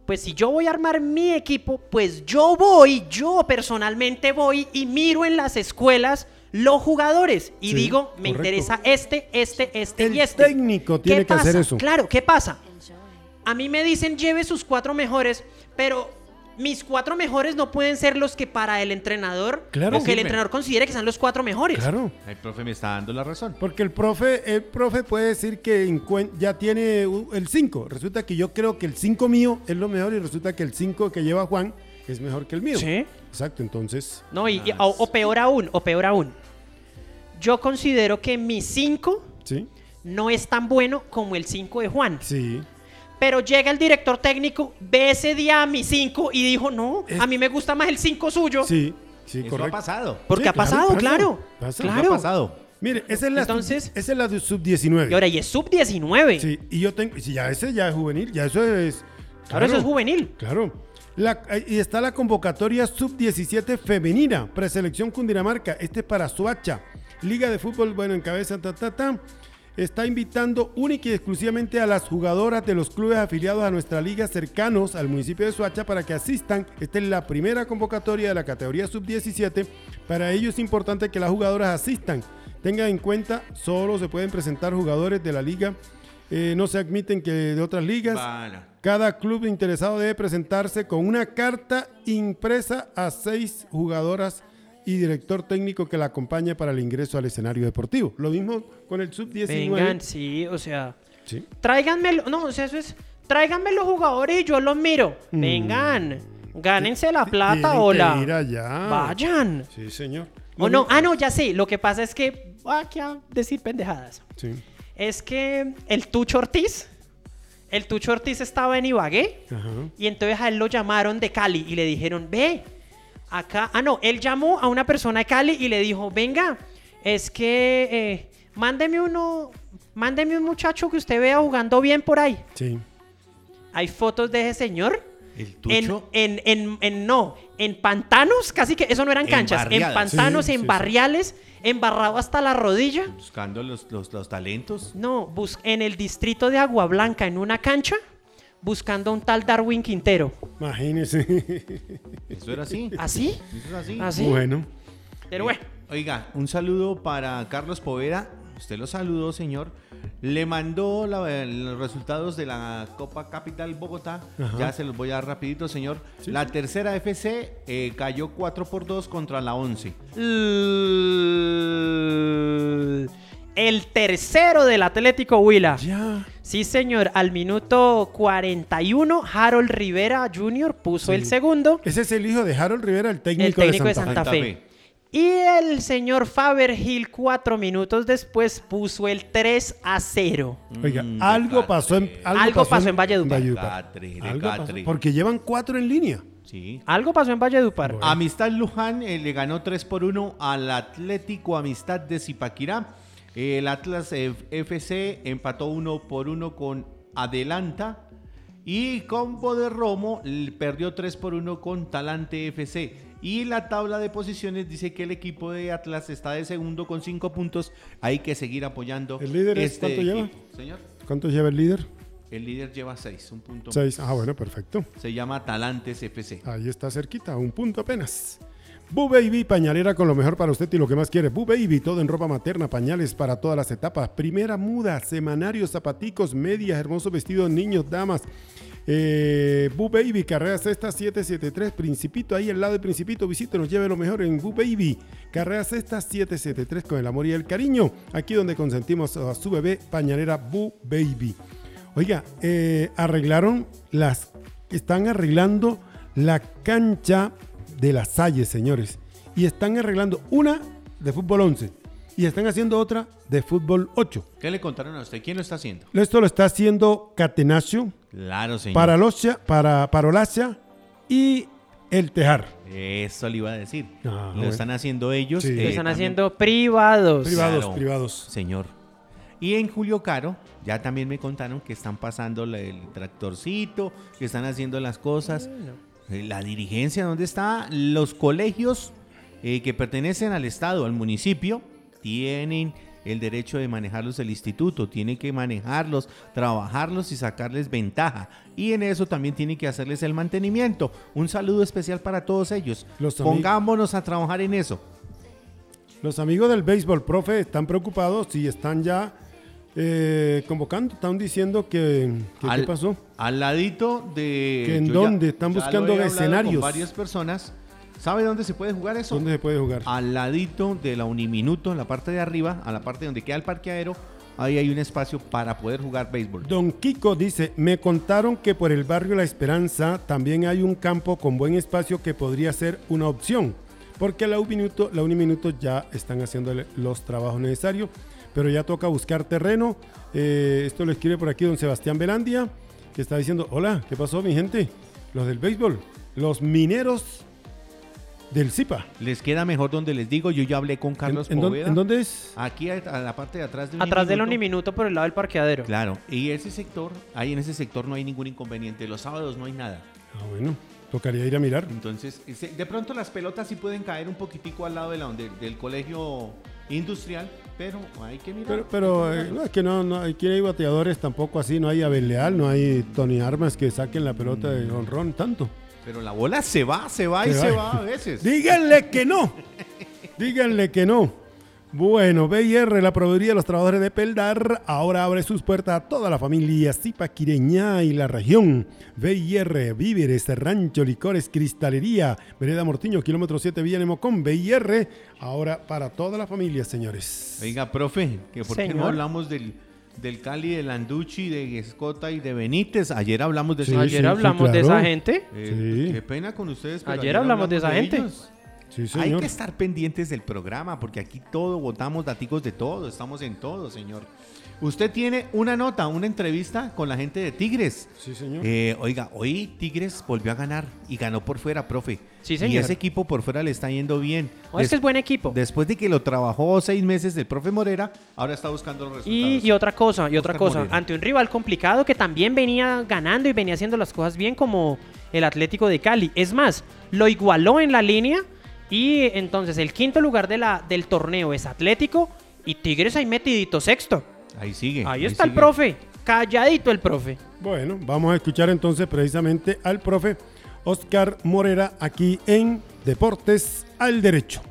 [SPEAKER 4] Pues si yo voy a armar mi equipo, pues yo voy, yo personalmente voy y miro en las escuelas los jugadores y
[SPEAKER 2] Sí,
[SPEAKER 4] digo,
[SPEAKER 2] correcto.
[SPEAKER 4] me interesa este, este, este
[SPEAKER 2] El
[SPEAKER 4] y este.
[SPEAKER 2] técnico
[SPEAKER 4] ¿Qué
[SPEAKER 2] tiene que hacer
[SPEAKER 4] pasa?
[SPEAKER 2] eso.
[SPEAKER 4] Claro, ¿qué pasa? A mí me dicen lleve sus cuatro mejores, pero mis cuatro mejores no pueden ser los que para el entrenador
[SPEAKER 2] Claro.
[SPEAKER 4] o que el
[SPEAKER 3] Decime.
[SPEAKER 4] entrenador considere que sean los cuatro mejores.
[SPEAKER 2] Claro.
[SPEAKER 3] El profe me está dando la razón.
[SPEAKER 2] Porque el profe, el profe puede decir que encuen- ya tiene u- el 5. Resulta que yo creo que el 5 mío es lo mejor y resulta que el 5 que lleva Juan es mejor que el mío.
[SPEAKER 4] Sí.
[SPEAKER 2] Exacto, entonces.
[SPEAKER 4] No, y,
[SPEAKER 2] Ah,
[SPEAKER 4] y- o, o peor aún, o peor aún. Yo considero que mi 5
[SPEAKER 2] Sí.
[SPEAKER 4] no es tan bueno como el 5 de Juan.
[SPEAKER 2] Sí.
[SPEAKER 4] Pero llega el director técnico, ve ese día a mi 5 y dijo, no, a mí me gusta más el 5 suyo.
[SPEAKER 2] Sí. Sí,
[SPEAKER 3] Eso ha
[SPEAKER 2] correcto.
[SPEAKER 3] pasado.
[SPEAKER 4] Porque
[SPEAKER 2] Sí,
[SPEAKER 4] ha pasado,
[SPEAKER 2] pasa,
[SPEAKER 4] claro.
[SPEAKER 2] pasa.
[SPEAKER 3] Eso
[SPEAKER 4] Claro.
[SPEAKER 3] ha pasado.
[SPEAKER 2] Mire, esa es la,
[SPEAKER 4] Entonces-
[SPEAKER 2] esa es la de sub-19.
[SPEAKER 4] Y ahora, y es sub-19.
[SPEAKER 2] Sí, y yo tengo. si ya ese ya es juvenil, ya eso es.
[SPEAKER 4] Ahora eso es juvenil.
[SPEAKER 2] Claro. La- eh, y está la convocatoria sub-17 femenina, preselección Cundinamarca. Este es para Suacha. Liga de fútbol, bueno, en cabeza, ta, ta, ta. Está invitando única y exclusivamente a las jugadoras de los clubes afiliados a nuestra liga cercanos al municipio de Suacha para que asistan. Esta es la primera convocatoria de la categoría sub-17. Para ello es importante que las jugadoras asistan. Tengan en cuenta, solo se pueden presentar jugadores de la liga. Eh, no se admiten que de otras ligas.
[SPEAKER 3] Bueno.
[SPEAKER 2] Cada club interesado debe presentarse con una carta impresa a seis jugadoras y director técnico que la acompañe para el ingreso al escenario deportivo. Lo mismo con el sub-19.
[SPEAKER 4] Vengan, sí, o sea,
[SPEAKER 2] Sí.
[SPEAKER 4] tráiganmelo. No, o sea, eso es. Tráiganme los jugadores y yo los miro.
[SPEAKER 2] Mm.
[SPEAKER 4] Vengan, gánense la
[SPEAKER 2] Tienen
[SPEAKER 4] plata
[SPEAKER 2] que
[SPEAKER 4] o la.
[SPEAKER 2] ir allá.
[SPEAKER 4] Vayan.
[SPEAKER 2] Sí, señor.
[SPEAKER 4] O no, ah, no, ya sé. Lo que pasa es que. Aquí a decir pendejadas.
[SPEAKER 2] Sí.
[SPEAKER 4] Es que el Tucho Ortiz. El Tucho Ortiz estaba en Ibagué.
[SPEAKER 2] Ajá.
[SPEAKER 4] Y entonces a él lo llamaron de Cali y le dijeron, ve, acá, ah, no, él llamó a una persona de Cali y le dijo, venga, es que eh, mándeme uno, mándeme un muchacho que usted vea jugando bien por ahí.
[SPEAKER 2] Sí.
[SPEAKER 4] Hay fotos de ese señor.
[SPEAKER 3] El
[SPEAKER 4] En,
[SPEAKER 3] tucho.
[SPEAKER 4] en, en, en- no, en pantanos, casi que eso no eran
[SPEAKER 3] En
[SPEAKER 4] canchas, en
[SPEAKER 3] barriadas.
[SPEAKER 4] pantanos,
[SPEAKER 2] Sí,
[SPEAKER 4] en
[SPEAKER 2] sí, sí.
[SPEAKER 4] barriales, embarrado hasta la rodilla.
[SPEAKER 3] Buscando los, los, los talentos.
[SPEAKER 4] No, bus- en el distrito de Agua Blanca, en una cancha, buscando a un tal Darwin Quintero. <laughs>
[SPEAKER 2] Imagínese.
[SPEAKER 3] Eso era <laughs> así.
[SPEAKER 4] ¿Así?
[SPEAKER 3] Eso es así.
[SPEAKER 4] ¿Así?
[SPEAKER 2] Bueno.
[SPEAKER 4] Pero bueno.
[SPEAKER 3] Eh, Oiga, un saludo para Carlos Povera. Usted lo saludó, señor. Le mandó la- los resultados de la Copa Capital Bogotá.
[SPEAKER 2] Ajá.
[SPEAKER 3] Ya se los voy a dar rapidito, señor. La tercera FC eh, cayó 4 por 2 contra la 11.
[SPEAKER 4] L- El tercero del Atlético Huila.
[SPEAKER 2] Ya.
[SPEAKER 4] Sí, señor. Al minuto 41, Harold Rivera Jr. puso el segundo.
[SPEAKER 2] Ese es el hijo de Harold Rivera, el técnico,
[SPEAKER 4] el técnico
[SPEAKER 2] de Santa, Fe.
[SPEAKER 3] Santa
[SPEAKER 4] Fe.
[SPEAKER 3] Fe.
[SPEAKER 4] Y el señor Faber Hill, cuatro minutos después, puso el 3 a 0.
[SPEAKER 2] Oiga,
[SPEAKER 3] Mm,
[SPEAKER 2] algo
[SPEAKER 3] Catre.
[SPEAKER 2] pasó en algo,
[SPEAKER 4] Algo pasó en Valledupar.
[SPEAKER 3] Catre, de
[SPEAKER 2] Algo pasó,
[SPEAKER 3] Catre.
[SPEAKER 2] porque llevan cuatro en línea.
[SPEAKER 3] Sí.
[SPEAKER 4] Algo pasó en Valledupar.
[SPEAKER 2] Bueno.
[SPEAKER 3] Amistad Luján eh, le ganó 3 por 1 al Atlético Amistad de Zipaquirá. El Atlas eh, FC empató 1 por 1 con Adelanta. Y Combo de Romo l- perdió 3 por 1 con Talante FC. Y la tabla de posiciones dice que el equipo de Atlas está de segundo con 5 puntos. Hay que seguir apoyando. este
[SPEAKER 2] ¿El líder es cuánto lleva?
[SPEAKER 3] equipo, Señor,
[SPEAKER 2] ¿Cuánto lleva el líder?
[SPEAKER 3] el líder lleva 6, un punto.
[SPEAKER 2] Seis. Ah, bueno, perfecto.
[SPEAKER 3] Se llama Talantes FC.
[SPEAKER 2] Ahí está cerquita, a un punto apenas. Boo Baby, pañalera con lo mejor para usted y lo que más quiere. Boo Baby, todo en ropa materna, pañales para todas las etapas. Primera muda, semanarios, zapaticos, medias, hermosos vestidos, niños, damas. Eh, Boo Baby, carrera sexta 773, Principito, ahí al lado de Principito, visítenos, lleve lo mejor en Boo Baby. Carrera sexta 773, con el amor y el cariño. Aquí donde consentimos a su bebé, pañalera Boo Baby. Oiga, eh, arreglaron las. Están arreglando la cancha de las Salles, señores. Y están arreglando una de fútbol 11. Y están haciendo otra de fútbol 8.
[SPEAKER 3] ¿Qué le contaron a usted? ¿Quién lo está haciendo?
[SPEAKER 2] Esto lo está haciendo Catenacio,
[SPEAKER 3] Claro, señor.
[SPEAKER 2] Paralocia, para, Parolacia y El Tejar.
[SPEAKER 3] Eso le iba a decir.
[SPEAKER 2] Ah,
[SPEAKER 3] lo
[SPEAKER 2] bueno.
[SPEAKER 3] están haciendo ellos.
[SPEAKER 2] Sí.
[SPEAKER 3] eh,
[SPEAKER 4] Lo están
[SPEAKER 3] también,
[SPEAKER 4] haciendo privados.
[SPEAKER 2] Privados. privados.
[SPEAKER 3] Señor. Y en Julio Caro, ya también me contaron que están pasando la- el tractorcito, que están haciendo las cosas. Eh, La dirigencia, ¿dónde está? Los colegios eh, que pertenecen al Estado, al municipio, tienen el derecho de manejarlos el instituto, tienen que manejarlos, trabajarlos y sacarles ventaja. Y en eso también tienen que hacerles el mantenimiento. Un saludo especial para todos ellos.
[SPEAKER 2] Los amigos.
[SPEAKER 3] Pongámonos a trabajar en eso.
[SPEAKER 2] Los amigos del béisbol, profe, están preocupados si están ya eh, convocando, están diciendo que, que
[SPEAKER 3] Al-
[SPEAKER 2] ¿qué pasó?
[SPEAKER 3] Al ladito de.
[SPEAKER 2] ¿Que en
[SPEAKER 3] yo
[SPEAKER 2] dónde? Están
[SPEAKER 3] lo he
[SPEAKER 2] buscando
[SPEAKER 3] hablado
[SPEAKER 2] escenarios.
[SPEAKER 3] Con varias personas. ¿Sabe dónde se puede jugar eso?
[SPEAKER 2] ¿Dónde se puede jugar?
[SPEAKER 3] Al ladito de la Uniminuto, en la parte de arriba, a la parte donde queda el parqueadero, ahí hay un espacio para poder jugar béisbol.
[SPEAKER 2] Don Kiko dice, me contaron que por el barrio La Esperanza también hay un campo con buen espacio que podría ser una opción, porque la Uniminuto, la Uniminuto ya están haciendo los trabajos necesarios, pero ya toca buscar terreno. Eh, esto lo escribe por aquí don Sebastián Belandia, que está diciendo, hola, ¿qué pasó mi gente? Los del béisbol, los mineros del CIPA.
[SPEAKER 3] Les queda mejor donde les digo, yo ya hablé con Carlos
[SPEAKER 2] ¿En, en dónde-
[SPEAKER 3] Poveda. Ah.
[SPEAKER 2] en dónde es?
[SPEAKER 3] Aquí a, a la parte de atrás de
[SPEAKER 4] Atrás del
[SPEAKER 3] Uniminuto.
[SPEAKER 4] Uniminuto por el lado del parqueadero.
[SPEAKER 3] Claro, y ese sector, ahí en ese sector no hay ningún inconveniente. Los sábados no hay nada.
[SPEAKER 2] Ah, bueno, tocaría ir a mirar.
[SPEAKER 3] Entonces, ese- de pronto las pelotas sí pueden caer un poquitico al lado de la, de- del colegio industrial, pero hay que mirar.
[SPEAKER 2] Pero, pero eh, no, es que no, no, aquí hay bateadores tampoco así, no hay Abel Leal, no hay Tony Armas que saquen la pelota de honrón tanto.
[SPEAKER 3] Pero la bola se va, se va y
[SPEAKER 2] Se
[SPEAKER 3] se
[SPEAKER 2] va.
[SPEAKER 3] va
[SPEAKER 2] <laughs>
[SPEAKER 3] a veces.
[SPEAKER 2] Díganle que no, díganle que no. Bueno, BIR, la Proveeduría de los Trabajadores de Peldar, ahora abre sus puertas a toda la familia Zipaquireña y la región. BIR, Víveres, Rancho, Licores, Cristalería, Vereda Mortiño, kilómetro 7, Villa Nemocón. BIR, ahora para toda la familia, señores.
[SPEAKER 3] Oiga, profe, que ¿por qué no
[SPEAKER 4] Señor.
[SPEAKER 3] hablamos del, del Cali, de Landucci, de Escota y de Benítez? Ayer hablamos de
[SPEAKER 2] Sí,
[SPEAKER 3] esa
[SPEAKER 4] Ayer
[SPEAKER 2] sí,
[SPEAKER 3] gente.
[SPEAKER 4] hablamos de
[SPEAKER 2] claro.
[SPEAKER 4] esa gente.
[SPEAKER 3] Eh,
[SPEAKER 2] Sí.
[SPEAKER 3] Qué pena con ustedes. pero
[SPEAKER 4] Ayer hablamos de esa gente.
[SPEAKER 3] ellos.
[SPEAKER 2] Sí,
[SPEAKER 3] Hay
[SPEAKER 2] señor.
[SPEAKER 3] que estar pendientes del programa porque aquí todo votamos daticos de todo, estamos en todo, señor. Usted tiene una nota, una entrevista con la gente de Tigres.
[SPEAKER 2] Sí, señor.
[SPEAKER 3] Eh, oiga, hoy Tigres volvió a ganar y ganó por fuera, profe.
[SPEAKER 4] Sí,
[SPEAKER 3] Y
[SPEAKER 4] señor.
[SPEAKER 3] ese equipo por fuera le está yendo bien.
[SPEAKER 4] No, Oh, es
[SPEAKER 3] Des-
[SPEAKER 4] que es buen equipo.
[SPEAKER 3] Después de que lo trabajó seis meses el profe Morera, ahora está buscando los
[SPEAKER 4] Y,
[SPEAKER 3] resultados.
[SPEAKER 4] y otra cosa, y otra
[SPEAKER 3] Oscar
[SPEAKER 4] cosa,
[SPEAKER 3] Moreno.
[SPEAKER 4] ante un rival complicado que también venía ganando y venía haciendo las cosas bien como el Atlético de Cali. Es más, lo igualó en la línea y entonces el quinto lugar de la, del torneo es Atlético y Tigres ahí metidito sexto.
[SPEAKER 3] Ahí sigue.
[SPEAKER 4] Ahí está el
[SPEAKER 3] sigue.
[SPEAKER 4] profe, calladito el profe.
[SPEAKER 2] Bueno, vamos a escuchar entonces precisamente al profe Oscar Morera aquí en Deportes al Derecho.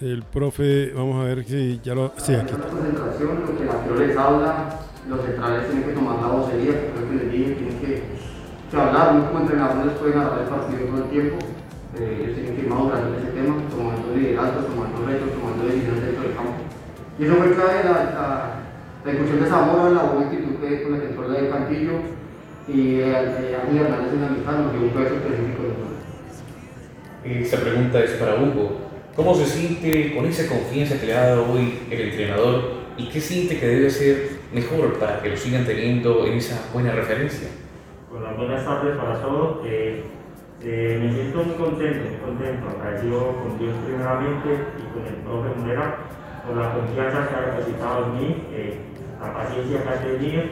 [SPEAKER 2] El profe, vamos a ver si ya lo... Sí, aquí está.
[SPEAKER 7] concentración, porque la peor les habla, los centrales tienen que tomar la vocería, creo que les dije, tienen que, que hablar, uno como entrenador no les puede narrar el partido todo el tiempo, eh, ellos tienen que ir madurando en ese tema, tomando liderazgos, tomando retos, tomando decisiones dentro del campo. Y eso fue clave, la, la, la inclusión de Zamora, la buena actitud que con la que entró la de Cantillo, y eh, eh, Ángel Hernández en la mitad nos dio un peso específico de todo.
[SPEAKER 8] Y Esta pregunta es para Hugo. ¿Cómo se siente con esa confianza que le ha dado hoy el entrenador y qué siente que debe ser mejor para que lo sigan teniendo en esa buena referencia?
[SPEAKER 9] Hola, buenas tardes para todos. Eh, eh, me siento muy contento, muy contento, agradecido con Dios primeramente y con el profe Murera por la confianza que ha depositado en mí, eh, la paciencia que ha tenido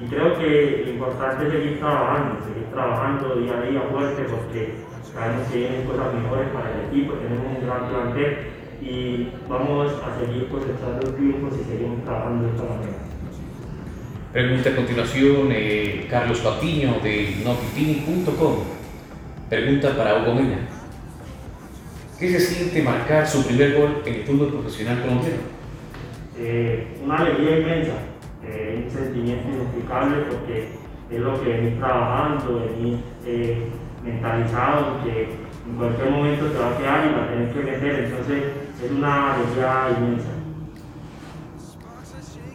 [SPEAKER 9] y creo que lo importante es seguir trabajando, seguir trabajando día a día fuerte porque sabemos que vienen cosas mejores para el equipo, tenemos un gran plantel y vamos a seguir pues, cosechando triunfos y seguimos trabajando de esta manera.
[SPEAKER 8] Pregunta a continuación eh, Carlos Patiño de notitini.com. Pregunta para Hugo Mena. ¿Qué se siente marcar su primer gol en el fútbol profesional colombiano?
[SPEAKER 9] eh, una alegría inmensa, eh, un sentimiento inexplicable porque es lo que venís trabajando, venís eh, mentalizado, que en cualquier momento te va a quedar y la tenés que meter, entonces es una alegría inmensa.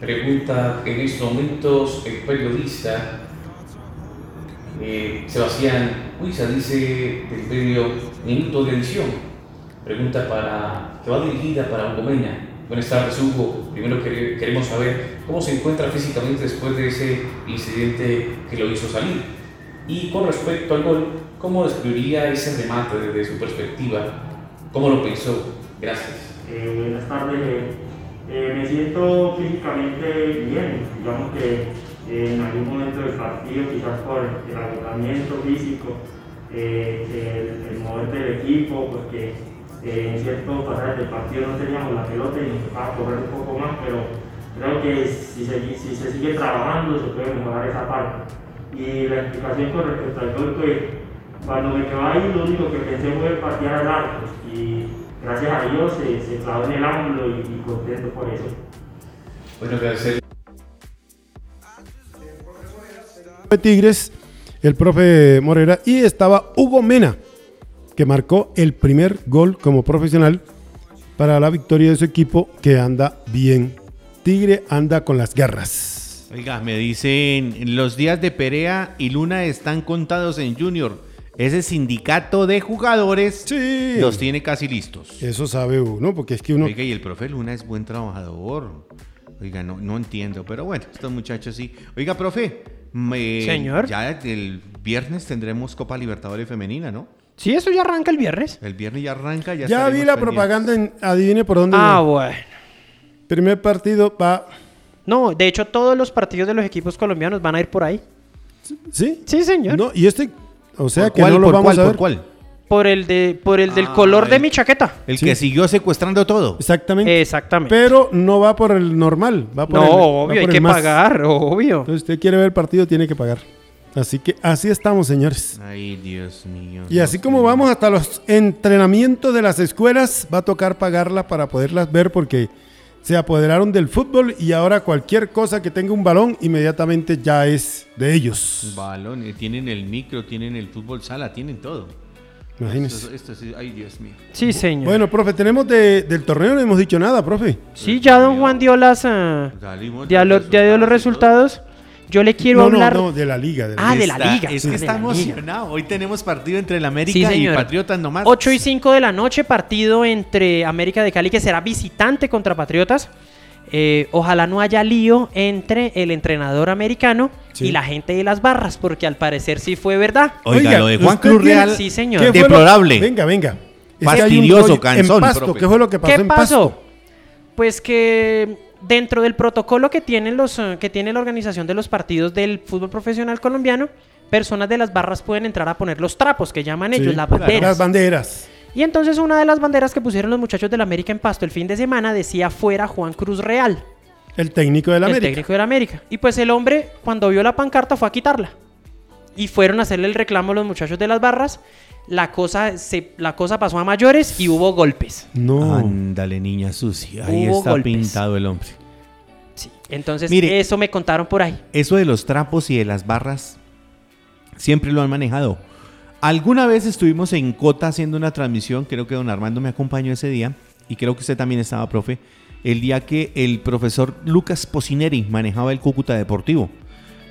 [SPEAKER 8] Pregunta en estos momentos el periodista eh, Sebastián Huiza, dice del medio Minuto de Edición. Pregunta para, que va dirigida para Hugo Mena. Buenas tardes, Hugo. Primero quere- queremos saber cómo se encuentra físicamente después de ese incidente que lo hizo salir. Y con respecto al gol, ¿cómo describiría ese remate desde su perspectiva? ¿Cómo lo pensó? Gracias.
[SPEAKER 9] Eh, buenas tardes. eh, eh, me siento físicamente bien. Digamos que eh, en algún momento del partido, quizás por el agotamiento físico, eh, el, el mover del equipo, porque eh, en cierto pasajes del partido no teníamos la pelota y nos tocaba correr un poco más, pero creo que si se, si se sigue trabajando se puede mejorar esa parte. Y la explicación con respecto al gol, pues Cuando me quedé ahí, lo único que pensé fue patear el arco y gracias a Dios se, se clavó en el ángulo y- y contento por eso.
[SPEAKER 8] Bueno, agradecer
[SPEAKER 2] de Tigres, el profe Morera, y estaba Hugo Mena, que marcó el primer gol como profesional para la victoria de su equipo, que anda bien. Tigre anda con las garras.
[SPEAKER 3] Oiga, me dicen, los días de Perea y Luna están contados en Junior. Ese sindicato de jugadores
[SPEAKER 2] Sí.
[SPEAKER 3] los tiene casi listos.
[SPEAKER 2] Eso sabe uno, porque es que uno...
[SPEAKER 3] Oiga, y el profe Luna es buen trabajador. Oiga, no, no entiendo, pero bueno, estos muchachos sí. Oiga, profe, me-
[SPEAKER 4] Señor.
[SPEAKER 3] ya el viernes tendremos Copa Libertadores Femenina, ¿no?
[SPEAKER 4] Sí, eso ya arranca el viernes.
[SPEAKER 3] El viernes ya arranca,
[SPEAKER 2] Ya
[SPEAKER 3] ya
[SPEAKER 2] vi
[SPEAKER 3] estaremos
[SPEAKER 2] la
[SPEAKER 3] pendientes.
[SPEAKER 2] propaganda, en, adivine por dónde.
[SPEAKER 4] Ah,
[SPEAKER 2] iba.
[SPEAKER 4] bueno.
[SPEAKER 2] Primer partido va...
[SPEAKER 4] No, de hecho todos los partidos de los equipos colombianos van a ir por ahí.
[SPEAKER 2] ¿Sí?
[SPEAKER 4] Sí, señor.
[SPEAKER 2] No, y este... O sea que
[SPEAKER 3] ¿Cuál,
[SPEAKER 2] no lo
[SPEAKER 3] por
[SPEAKER 2] vamos
[SPEAKER 3] cuál,
[SPEAKER 2] a
[SPEAKER 3] por
[SPEAKER 2] ver.
[SPEAKER 3] cuál?
[SPEAKER 4] Por el de por el del
[SPEAKER 3] Ah,
[SPEAKER 4] color de
[SPEAKER 3] el-
[SPEAKER 4] mi chaqueta.
[SPEAKER 3] El
[SPEAKER 2] Sí.
[SPEAKER 3] que siguió secuestrando todo.
[SPEAKER 2] Exactamente.
[SPEAKER 4] Exactamente.
[SPEAKER 2] Pero no va por el normal, va por
[SPEAKER 4] no,
[SPEAKER 2] el- va
[SPEAKER 4] obvio, hay
[SPEAKER 2] por el
[SPEAKER 4] que
[SPEAKER 2] más.
[SPEAKER 4] pagar, obvio.
[SPEAKER 2] Entonces, usted quiere ver el partido, tiene que pagar. Así que así estamos, señores.
[SPEAKER 3] Ay, Dios mío.
[SPEAKER 2] Y así como vamos hasta los entrenamientos de las escuelas, va a tocar pagarla para poderlas ver porque se apoderaron del fútbol y ahora cualquier cosa que tenga un balón inmediatamente ya es de ellos.
[SPEAKER 3] Balón, eh, tienen el micro, tienen el fútbol sala, tienen todo. Esto,
[SPEAKER 2] Imagínense.
[SPEAKER 3] esto sí, ay, Dios mío.
[SPEAKER 4] Sí, señor.
[SPEAKER 2] Bueno, profe, tenemos de- del torneo, no hemos dicho nada, profe.
[SPEAKER 4] sí, ya don Juan dio las ah,
[SPEAKER 3] Salimos
[SPEAKER 4] ya, lo-
[SPEAKER 3] los
[SPEAKER 4] ya dio los
[SPEAKER 3] resultados
[SPEAKER 4] resultados. Yo le quiero
[SPEAKER 2] No, no,
[SPEAKER 4] hablar
[SPEAKER 2] no, de la liga. de la
[SPEAKER 4] Ah,
[SPEAKER 2] liga.
[SPEAKER 4] de la
[SPEAKER 3] Está-
[SPEAKER 4] liga.
[SPEAKER 3] Es
[SPEAKER 4] Sí,
[SPEAKER 3] que
[SPEAKER 4] de
[SPEAKER 3] está
[SPEAKER 4] la liga.
[SPEAKER 3] emocionado. Hoy tenemos partido entre el
[SPEAKER 4] Sí,
[SPEAKER 3] América y
[SPEAKER 4] señor.
[SPEAKER 3] Patriotas nomás.
[SPEAKER 4] 8 y 5 de la noche, partido entre América de Cali, que será visitante contra Patriotas. Eh, ojalá no haya lío entre el entrenador americano
[SPEAKER 2] Sí.
[SPEAKER 4] y la gente de las barras, porque al parecer sí fue verdad.
[SPEAKER 3] Oiga, lo de Juan
[SPEAKER 2] ¿usted
[SPEAKER 3] Cruz
[SPEAKER 2] tiene-
[SPEAKER 3] Real,
[SPEAKER 4] Sí, señor.
[SPEAKER 2] ¿qué fue lo-
[SPEAKER 3] Deplorable.
[SPEAKER 2] Venga, venga. Es que hay un
[SPEAKER 3] Fastidioso,
[SPEAKER 2] rollo-
[SPEAKER 3] cansón,
[SPEAKER 2] En Pasto,
[SPEAKER 3] profe.
[SPEAKER 2] ¿qué fue lo que pasó
[SPEAKER 4] ¿Qué
[SPEAKER 2] en Pasto?
[SPEAKER 4] pasó? Pues que dentro del protocolo que, tienen los, eh, que tiene la organización de los partidos del fútbol profesional colombiano, personas de las barras pueden entrar a poner los trapos, que llaman
[SPEAKER 2] Sí,
[SPEAKER 4] ellos, las
[SPEAKER 2] claro.
[SPEAKER 4] banderas.
[SPEAKER 2] Las banderas.
[SPEAKER 4] Y entonces una de las banderas que pusieron los muchachos del América en Pasto el fin de semana decía fuera Juan Cruz Real,
[SPEAKER 2] El técnico del
[SPEAKER 4] el
[SPEAKER 2] América.
[SPEAKER 4] técnico del América. Y pues el hombre cuando vio la pancarta fue a quitarla. Y fueron a hacerle el reclamo a los muchachos de las barras. La cosa, se, la cosa pasó a mayores y hubo golpes.
[SPEAKER 3] Ah,
[SPEAKER 2] No.
[SPEAKER 3] Ándale, niña sucia. Ahí
[SPEAKER 4] Hubo
[SPEAKER 3] está
[SPEAKER 4] golpes.
[SPEAKER 3] pintado el hombre.
[SPEAKER 4] Sí. Entonces
[SPEAKER 3] Mire.
[SPEAKER 4] eso me contaron por ahí.
[SPEAKER 3] Eso de los trapos y de las barras siempre lo han manejado. Alguna vez estuvimos en Cota haciendo una transmisión, creo que don Armando me acompañó ese día y creo que usted también estaba, profe, el día que el profesor Lucas Pocineri manejaba el Cúcuta Deportivo.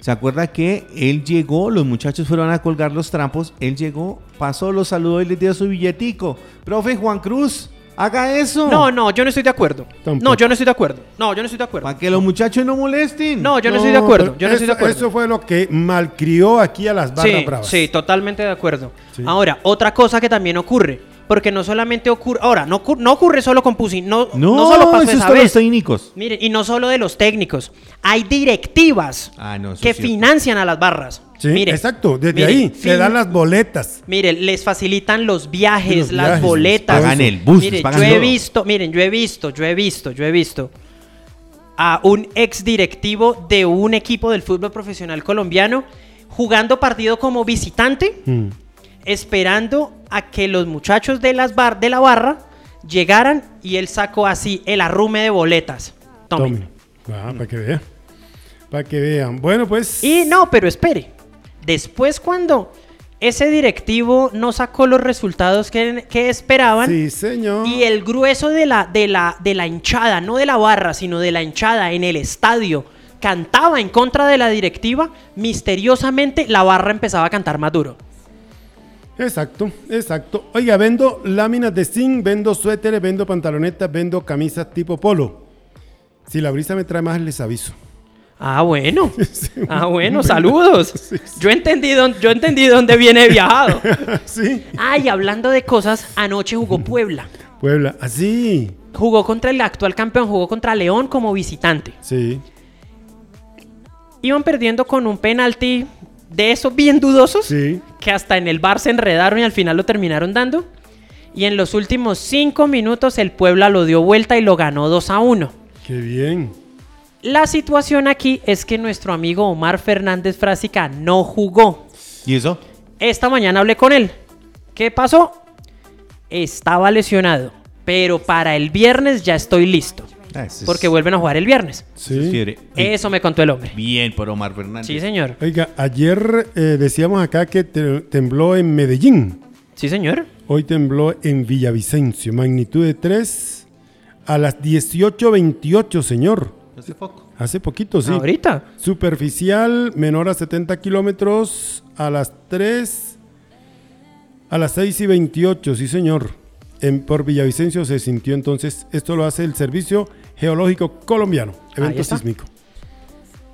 [SPEAKER 3] ¿Se acuerda que él llegó, los muchachos fueron a colgar los trapos, él llegó, pasó, los saludó y les dio su billetico. Profe Juan Cruz, haga eso.
[SPEAKER 4] No, no, yo no estoy de acuerdo.
[SPEAKER 2] Tampoco.
[SPEAKER 4] No, yo no estoy de acuerdo. No, yo no estoy de acuerdo.
[SPEAKER 3] Para que los muchachos no molesten.
[SPEAKER 4] No, yo no, estoy de acuerdo.
[SPEAKER 2] pero
[SPEAKER 4] Yo no estoy de
[SPEAKER 2] eso-
[SPEAKER 4] acuerdo.
[SPEAKER 2] Eso fue lo que malcrió aquí a las barras
[SPEAKER 4] sí,
[SPEAKER 2] bravas.
[SPEAKER 4] sí, totalmente de acuerdo.
[SPEAKER 2] Sí.
[SPEAKER 4] Ahora, otra cosa que también ocurre, porque no solamente ocurre, ahora, no, ocur- no ocurre solo con Pussy, no,
[SPEAKER 3] No,
[SPEAKER 4] no, solo pasó
[SPEAKER 3] eso es
[SPEAKER 4] esa
[SPEAKER 3] con los
[SPEAKER 4] vez.
[SPEAKER 3] técnicos.
[SPEAKER 4] Miren, y no solo de los técnicos, hay directivas
[SPEAKER 3] Ah, no, eso
[SPEAKER 4] que
[SPEAKER 3] es cierto.
[SPEAKER 4] financian a las barras.
[SPEAKER 2] Sí,
[SPEAKER 4] Mire,
[SPEAKER 2] exacto. Desde
[SPEAKER 4] mire,
[SPEAKER 2] ahí
[SPEAKER 4] fin-
[SPEAKER 2] le dan las boletas.
[SPEAKER 4] Mire, les facilitan los viajes,
[SPEAKER 2] Los
[SPEAKER 4] las
[SPEAKER 2] viajes,
[SPEAKER 4] boletas.
[SPEAKER 2] todo
[SPEAKER 3] Pagan el bus,
[SPEAKER 4] Mire,
[SPEAKER 3] les pagan
[SPEAKER 4] yo he
[SPEAKER 3] todo.
[SPEAKER 4] visto, miren, yo he visto, yo he visto, yo he visto a un ex directivo de un equipo del fútbol profesional colombiano jugando partido como visitante,
[SPEAKER 2] Mm.
[SPEAKER 4] esperando a que los muchachos de, las bar, de la barra llegaran y él sacó así el arrume de boletas. Tome.
[SPEAKER 2] Tome. Ah, para que vean. Para que vean. Bueno, pues.
[SPEAKER 4] Y no, pero espere. Después cuando ese directivo no sacó los resultados que, que esperaban
[SPEAKER 2] Sí, señor.
[SPEAKER 4] y el grueso de la, de, la, de la hinchada, no de la barra, sino de la hinchada en el estadio, cantaba en contra de la directiva, misteriosamente la barra empezaba a cantar más duro.
[SPEAKER 2] Exacto, exacto. Oiga, vendo láminas de zinc, vendo suéteres, vendo pantalonetas, vendo camisas tipo polo. Si la brisa me trae más, les aviso. <laughs>
[SPEAKER 4] Ah, bueno.
[SPEAKER 2] sí,
[SPEAKER 4] Ah, bueno,
[SPEAKER 2] bueno.
[SPEAKER 4] saludos.
[SPEAKER 2] Sí, sí.
[SPEAKER 4] Yo entendí, dónde- yo entendí dónde viene viajado.
[SPEAKER 2] sí.
[SPEAKER 4] Ay, hablando de cosas, anoche jugó Puebla.
[SPEAKER 2] Puebla, Ah, así.
[SPEAKER 4] Jugó contra el actual campeón, jugó contra León como visitante.
[SPEAKER 2] sí.
[SPEAKER 4] Iban perdiendo con un penalti de esos bien dudosos,
[SPEAKER 2] Sí.
[SPEAKER 4] que hasta en el bar se enredaron y al final lo terminaron dando. Y en los últimos cinco minutos el Puebla lo dio vuelta y lo ganó 2 a 1.
[SPEAKER 2] Qué bien.
[SPEAKER 4] La situación aquí es que nuestro amigo Omar Fernández Frásica no jugó.
[SPEAKER 3] ¿Y eso?
[SPEAKER 4] Esta mañana hablé con él. ¿Qué pasó? Estaba lesionado, pero para el viernes ya estoy listo.
[SPEAKER 3] Ah, ese es-
[SPEAKER 4] Porque vuelven a jugar el viernes.
[SPEAKER 3] ese es
[SPEAKER 2] Sí.
[SPEAKER 3] fiebre.
[SPEAKER 4] Eso me contó el hombre.
[SPEAKER 3] Bien por Omar Fernández.
[SPEAKER 4] Sí, señor.
[SPEAKER 2] Oiga, ayer eh, decíamos acá que te- tembló en Medellín.
[SPEAKER 4] Sí, señor.
[SPEAKER 2] Hoy tembló en Villavicencio, magnitud de 3 a las 18.28, señor.
[SPEAKER 3] Hace Pues poco.
[SPEAKER 2] Hace poquito, sí.
[SPEAKER 4] Ahorita.
[SPEAKER 2] Superficial, menor a 70 kilómetros, a las 3, a las 6 y 28, sí señor. En, por Villavicencio se sintió entonces, esto lo hace el Servicio Geológico Colombiano, evento
[SPEAKER 4] está.
[SPEAKER 2] sísmico.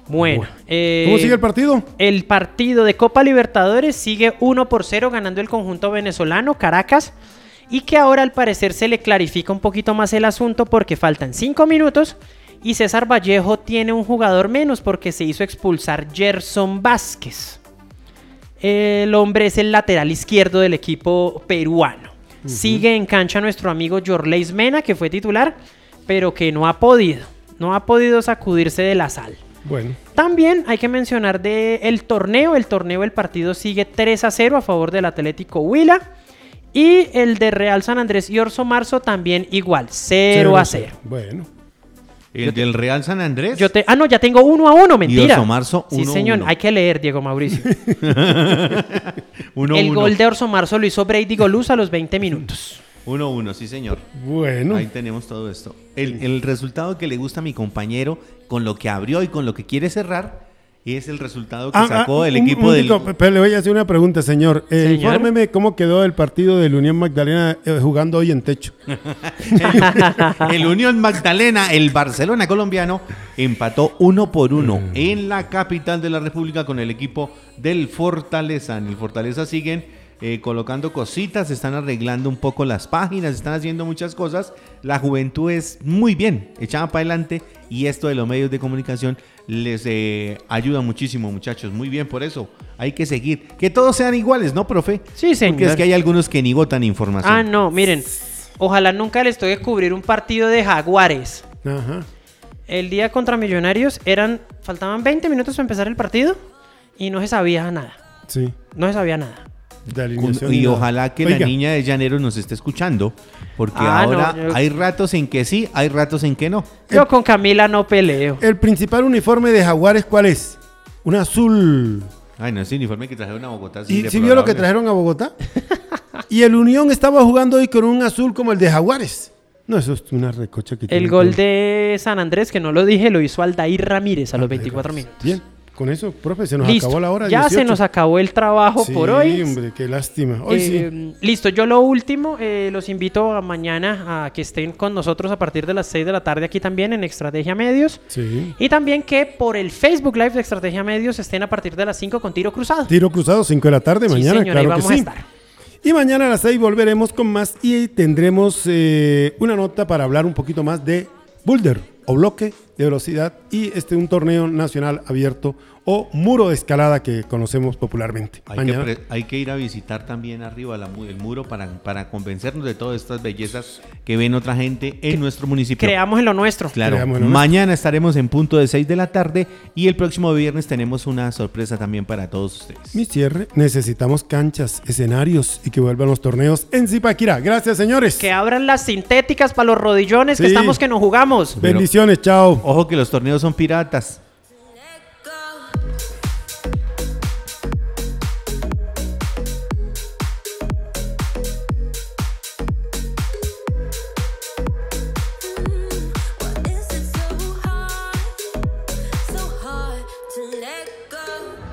[SPEAKER 4] Bueno. eh,
[SPEAKER 2] Bueno. ¿Cómo sigue el
[SPEAKER 4] partido?
[SPEAKER 2] partido?
[SPEAKER 4] El partido de Copa Libertadores sigue 1 por 0 ganando el conjunto venezolano Caracas y que ahora al parecer se le clarifica un poquito más el asunto porque faltan 5 minutos y César Vallejo tiene un jugador menos porque se hizo expulsar Gerson Vázquez. El hombre es el lateral izquierdo del equipo peruano. Sigue en cancha nuestro amigo Jorleis Mena que fue titular pero que no ha podido, no ha podido sacudirse de la sal.
[SPEAKER 2] Bueno,
[SPEAKER 4] También hay que mencionar de el torneo. El torneo, el partido sigue 3 a 0 a favor del Atlético Huila. Y el de Real San Andrés y Orso Marzo también igual, 0 a 0.
[SPEAKER 2] Bueno,
[SPEAKER 3] El del Real San Andrés.
[SPEAKER 4] Yo te, ah, no, ya tengo 1 a 1, mentira.
[SPEAKER 3] Orso Marzo,
[SPEAKER 4] Sí,
[SPEAKER 3] 1 a
[SPEAKER 4] señor,
[SPEAKER 3] 1.
[SPEAKER 4] hay que leer,
[SPEAKER 3] <laughs>
[SPEAKER 4] Diego Mauricio.
[SPEAKER 3] uno,
[SPEAKER 4] el
[SPEAKER 3] uno.
[SPEAKER 4] gol de Orso Marzo lo hizo Brady Goluz a los
[SPEAKER 3] <laughs>
[SPEAKER 4] 20 minutos.
[SPEAKER 3] 1-1, sí, señor.
[SPEAKER 2] bueno.
[SPEAKER 3] Ahí tenemos todo esto. El, el resultado que le gusta a mi compañero con lo que abrió y con lo que quiere cerrar es el resultado que
[SPEAKER 2] Ah,
[SPEAKER 3] sacó
[SPEAKER 2] ah,
[SPEAKER 3] el
[SPEAKER 2] un-
[SPEAKER 3] equipo
[SPEAKER 2] un
[SPEAKER 3] del.
[SPEAKER 2] momento, pe- pero le voy a hacer una pregunta, señor. Eh,
[SPEAKER 4] Señor.
[SPEAKER 2] Infórmeme cómo quedó el partido de la Unión Magdalena eh, jugando hoy en techo.
[SPEAKER 3] <laughs> El Unión Magdalena, el Barcelona colombiano, empató uno por uno en la capital de la República con el equipo del Fortaleza. En el Fortaleza siguen eh, colocando cositas, están arreglando un poco las páginas, están haciendo muchas cosas. La juventud es muy bien, echada para adelante y esto de los medios de comunicación les eh, ayuda muchísimo, muchachos. Muy bien, por eso hay que seguir. Que todos sean iguales, ¿no, profe?
[SPEAKER 4] Sí,
[SPEAKER 3] Porque
[SPEAKER 4] señor.
[SPEAKER 3] es que hay algunos que ni votan información.
[SPEAKER 4] Ah, no, miren. Ojalá nunca les toque cubrir un partido de Jaguares.
[SPEAKER 2] Ajá.
[SPEAKER 4] El día contra Millonarios eran. Faltaban 20 minutos para empezar el partido y no se sabía nada.
[SPEAKER 2] Sí.
[SPEAKER 4] No se sabía nada.
[SPEAKER 2] de
[SPEAKER 3] Con-
[SPEAKER 2] alineación
[SPEAKER 3] y
[SPEAKER 2] nada.
[SPEAKER 3] ojalá que
[SPEAKER 2] Oiga,
[SPEAKER 3] la niña de Llanero nos esté escuchando, porque
[SPEAKER 4] Ah, no,
[SPEAKER 3] ahora
[SPEAKER 4] yo-
[SPEAKER 3] hay ratos en que sí, hay ratos en que no.
[SPEAKER 4] Yo con Camila no peleo.
[SPEAKER 2] El principal uniforme de Jaguares, ¿cuál es? Un azul.
[SPEAKER 3] Ay, no, ese uniforme que trajeron a
[SPEAKER 2] ¿Y
[SPEAKER 3] Bogotá. sí,
[SPEAKER 2] si
[SPEAKER 3] deplorable.
[SPEAKER 2] vio lo que trajeron a Bogotá? <laughs> y el Unión estaba jugando hoy con un azul como el de Jaguares. No, eso es una recocha que tiene
[SPEAKER 4] El gol
[SPEAKER 2] todo.
[SPEAKER 4] de San Andrés, que no lo dije, lo hizo Aldair Ramírez a los
[SPEAKER 2] Ahí
[SPEAKER 4] 24
[SPEAKER 2] vas.
[SPEAKER 4] minutos.
[SPEAKER 2] Bien, con eso, profe, se nos
[SPEAKER 4] Listo.
[SPEAKER 2] acabó la hora.
[SPEAKER 4] ya
[SPEAKER 2] 18.
[SPEAKER 4] se nos acabó el trabajo
[SPEAKER 2] Sí,
[SPEAKER 4] por hoy.
[SPEAKER 2] hombre, qué lástima. Hoy sí.
[SPEAKER 4] Eh, Listo, yo lo último, eh, los invito a mañana a que estén con nosotros a partir de las 6 de la tarde aquí también en Estrategia Medios.
[SPEAKER 2] Sí.
[SPEAKER 4] Y también que por el Facebook Live de Estrategia Medios estén a partir de las 5 con tiro cruzado.
[SPEAKER 2] Tiro cruzado, 5 de la tarde,
[SPEAKER 4] Sí,
[SPEAKER 2] mañana,
[SPEAKER 4] señor, ahí
[SPEAKER 2] claro que
[SPEAKER 4] vamos
[SPEAKER 2] sí.
[SPEAKER 4] a estar.
[SPEAKER 2] Y mañana a las 6 volveremos con más y tendremos eh, una nota para hablar un poquito más de Boulder o bloque de velocidad y este un torneo nacional abierto o muro de escalada que conocemos popularmente.
[SPEAKER 3] Hay que,
[SPEAKER 2] Mañana.
[SPEAKER 3] pre- hay que ir a visitar también arriba la mu- el muro para, para convencernos de todas estas bellezas que ven otra gente en nuestro municipio.
[SPEAKER 4] Creamos en lo nuestro.
[SPEAKER 3] Claro,
[SPEAKER 2] Creamos en lo
[SPEAKER 3] mañana estaremos en punto de 6 de la tarde y el próximo viernes tenemos una sorpresa también para todos ustedes.
[SPEAKER 2] Mi cierre, necesitamos canchas, escenarios y que vuelvan los torneos en Zipaquirá. Gracias, señores.
[SPEAKER 4] Que abran las sintéticas para los rodillones que
[SPEAKER 2] Sí.
[SPEAKER 4] estamos que nos jugamos.
[SPEAKER 2] Bendiciones, chao.
[SPEAKER 3] Ojo que los torneos son piratas.
[SPEAKER 10] Why is it so hard, so hard to let go?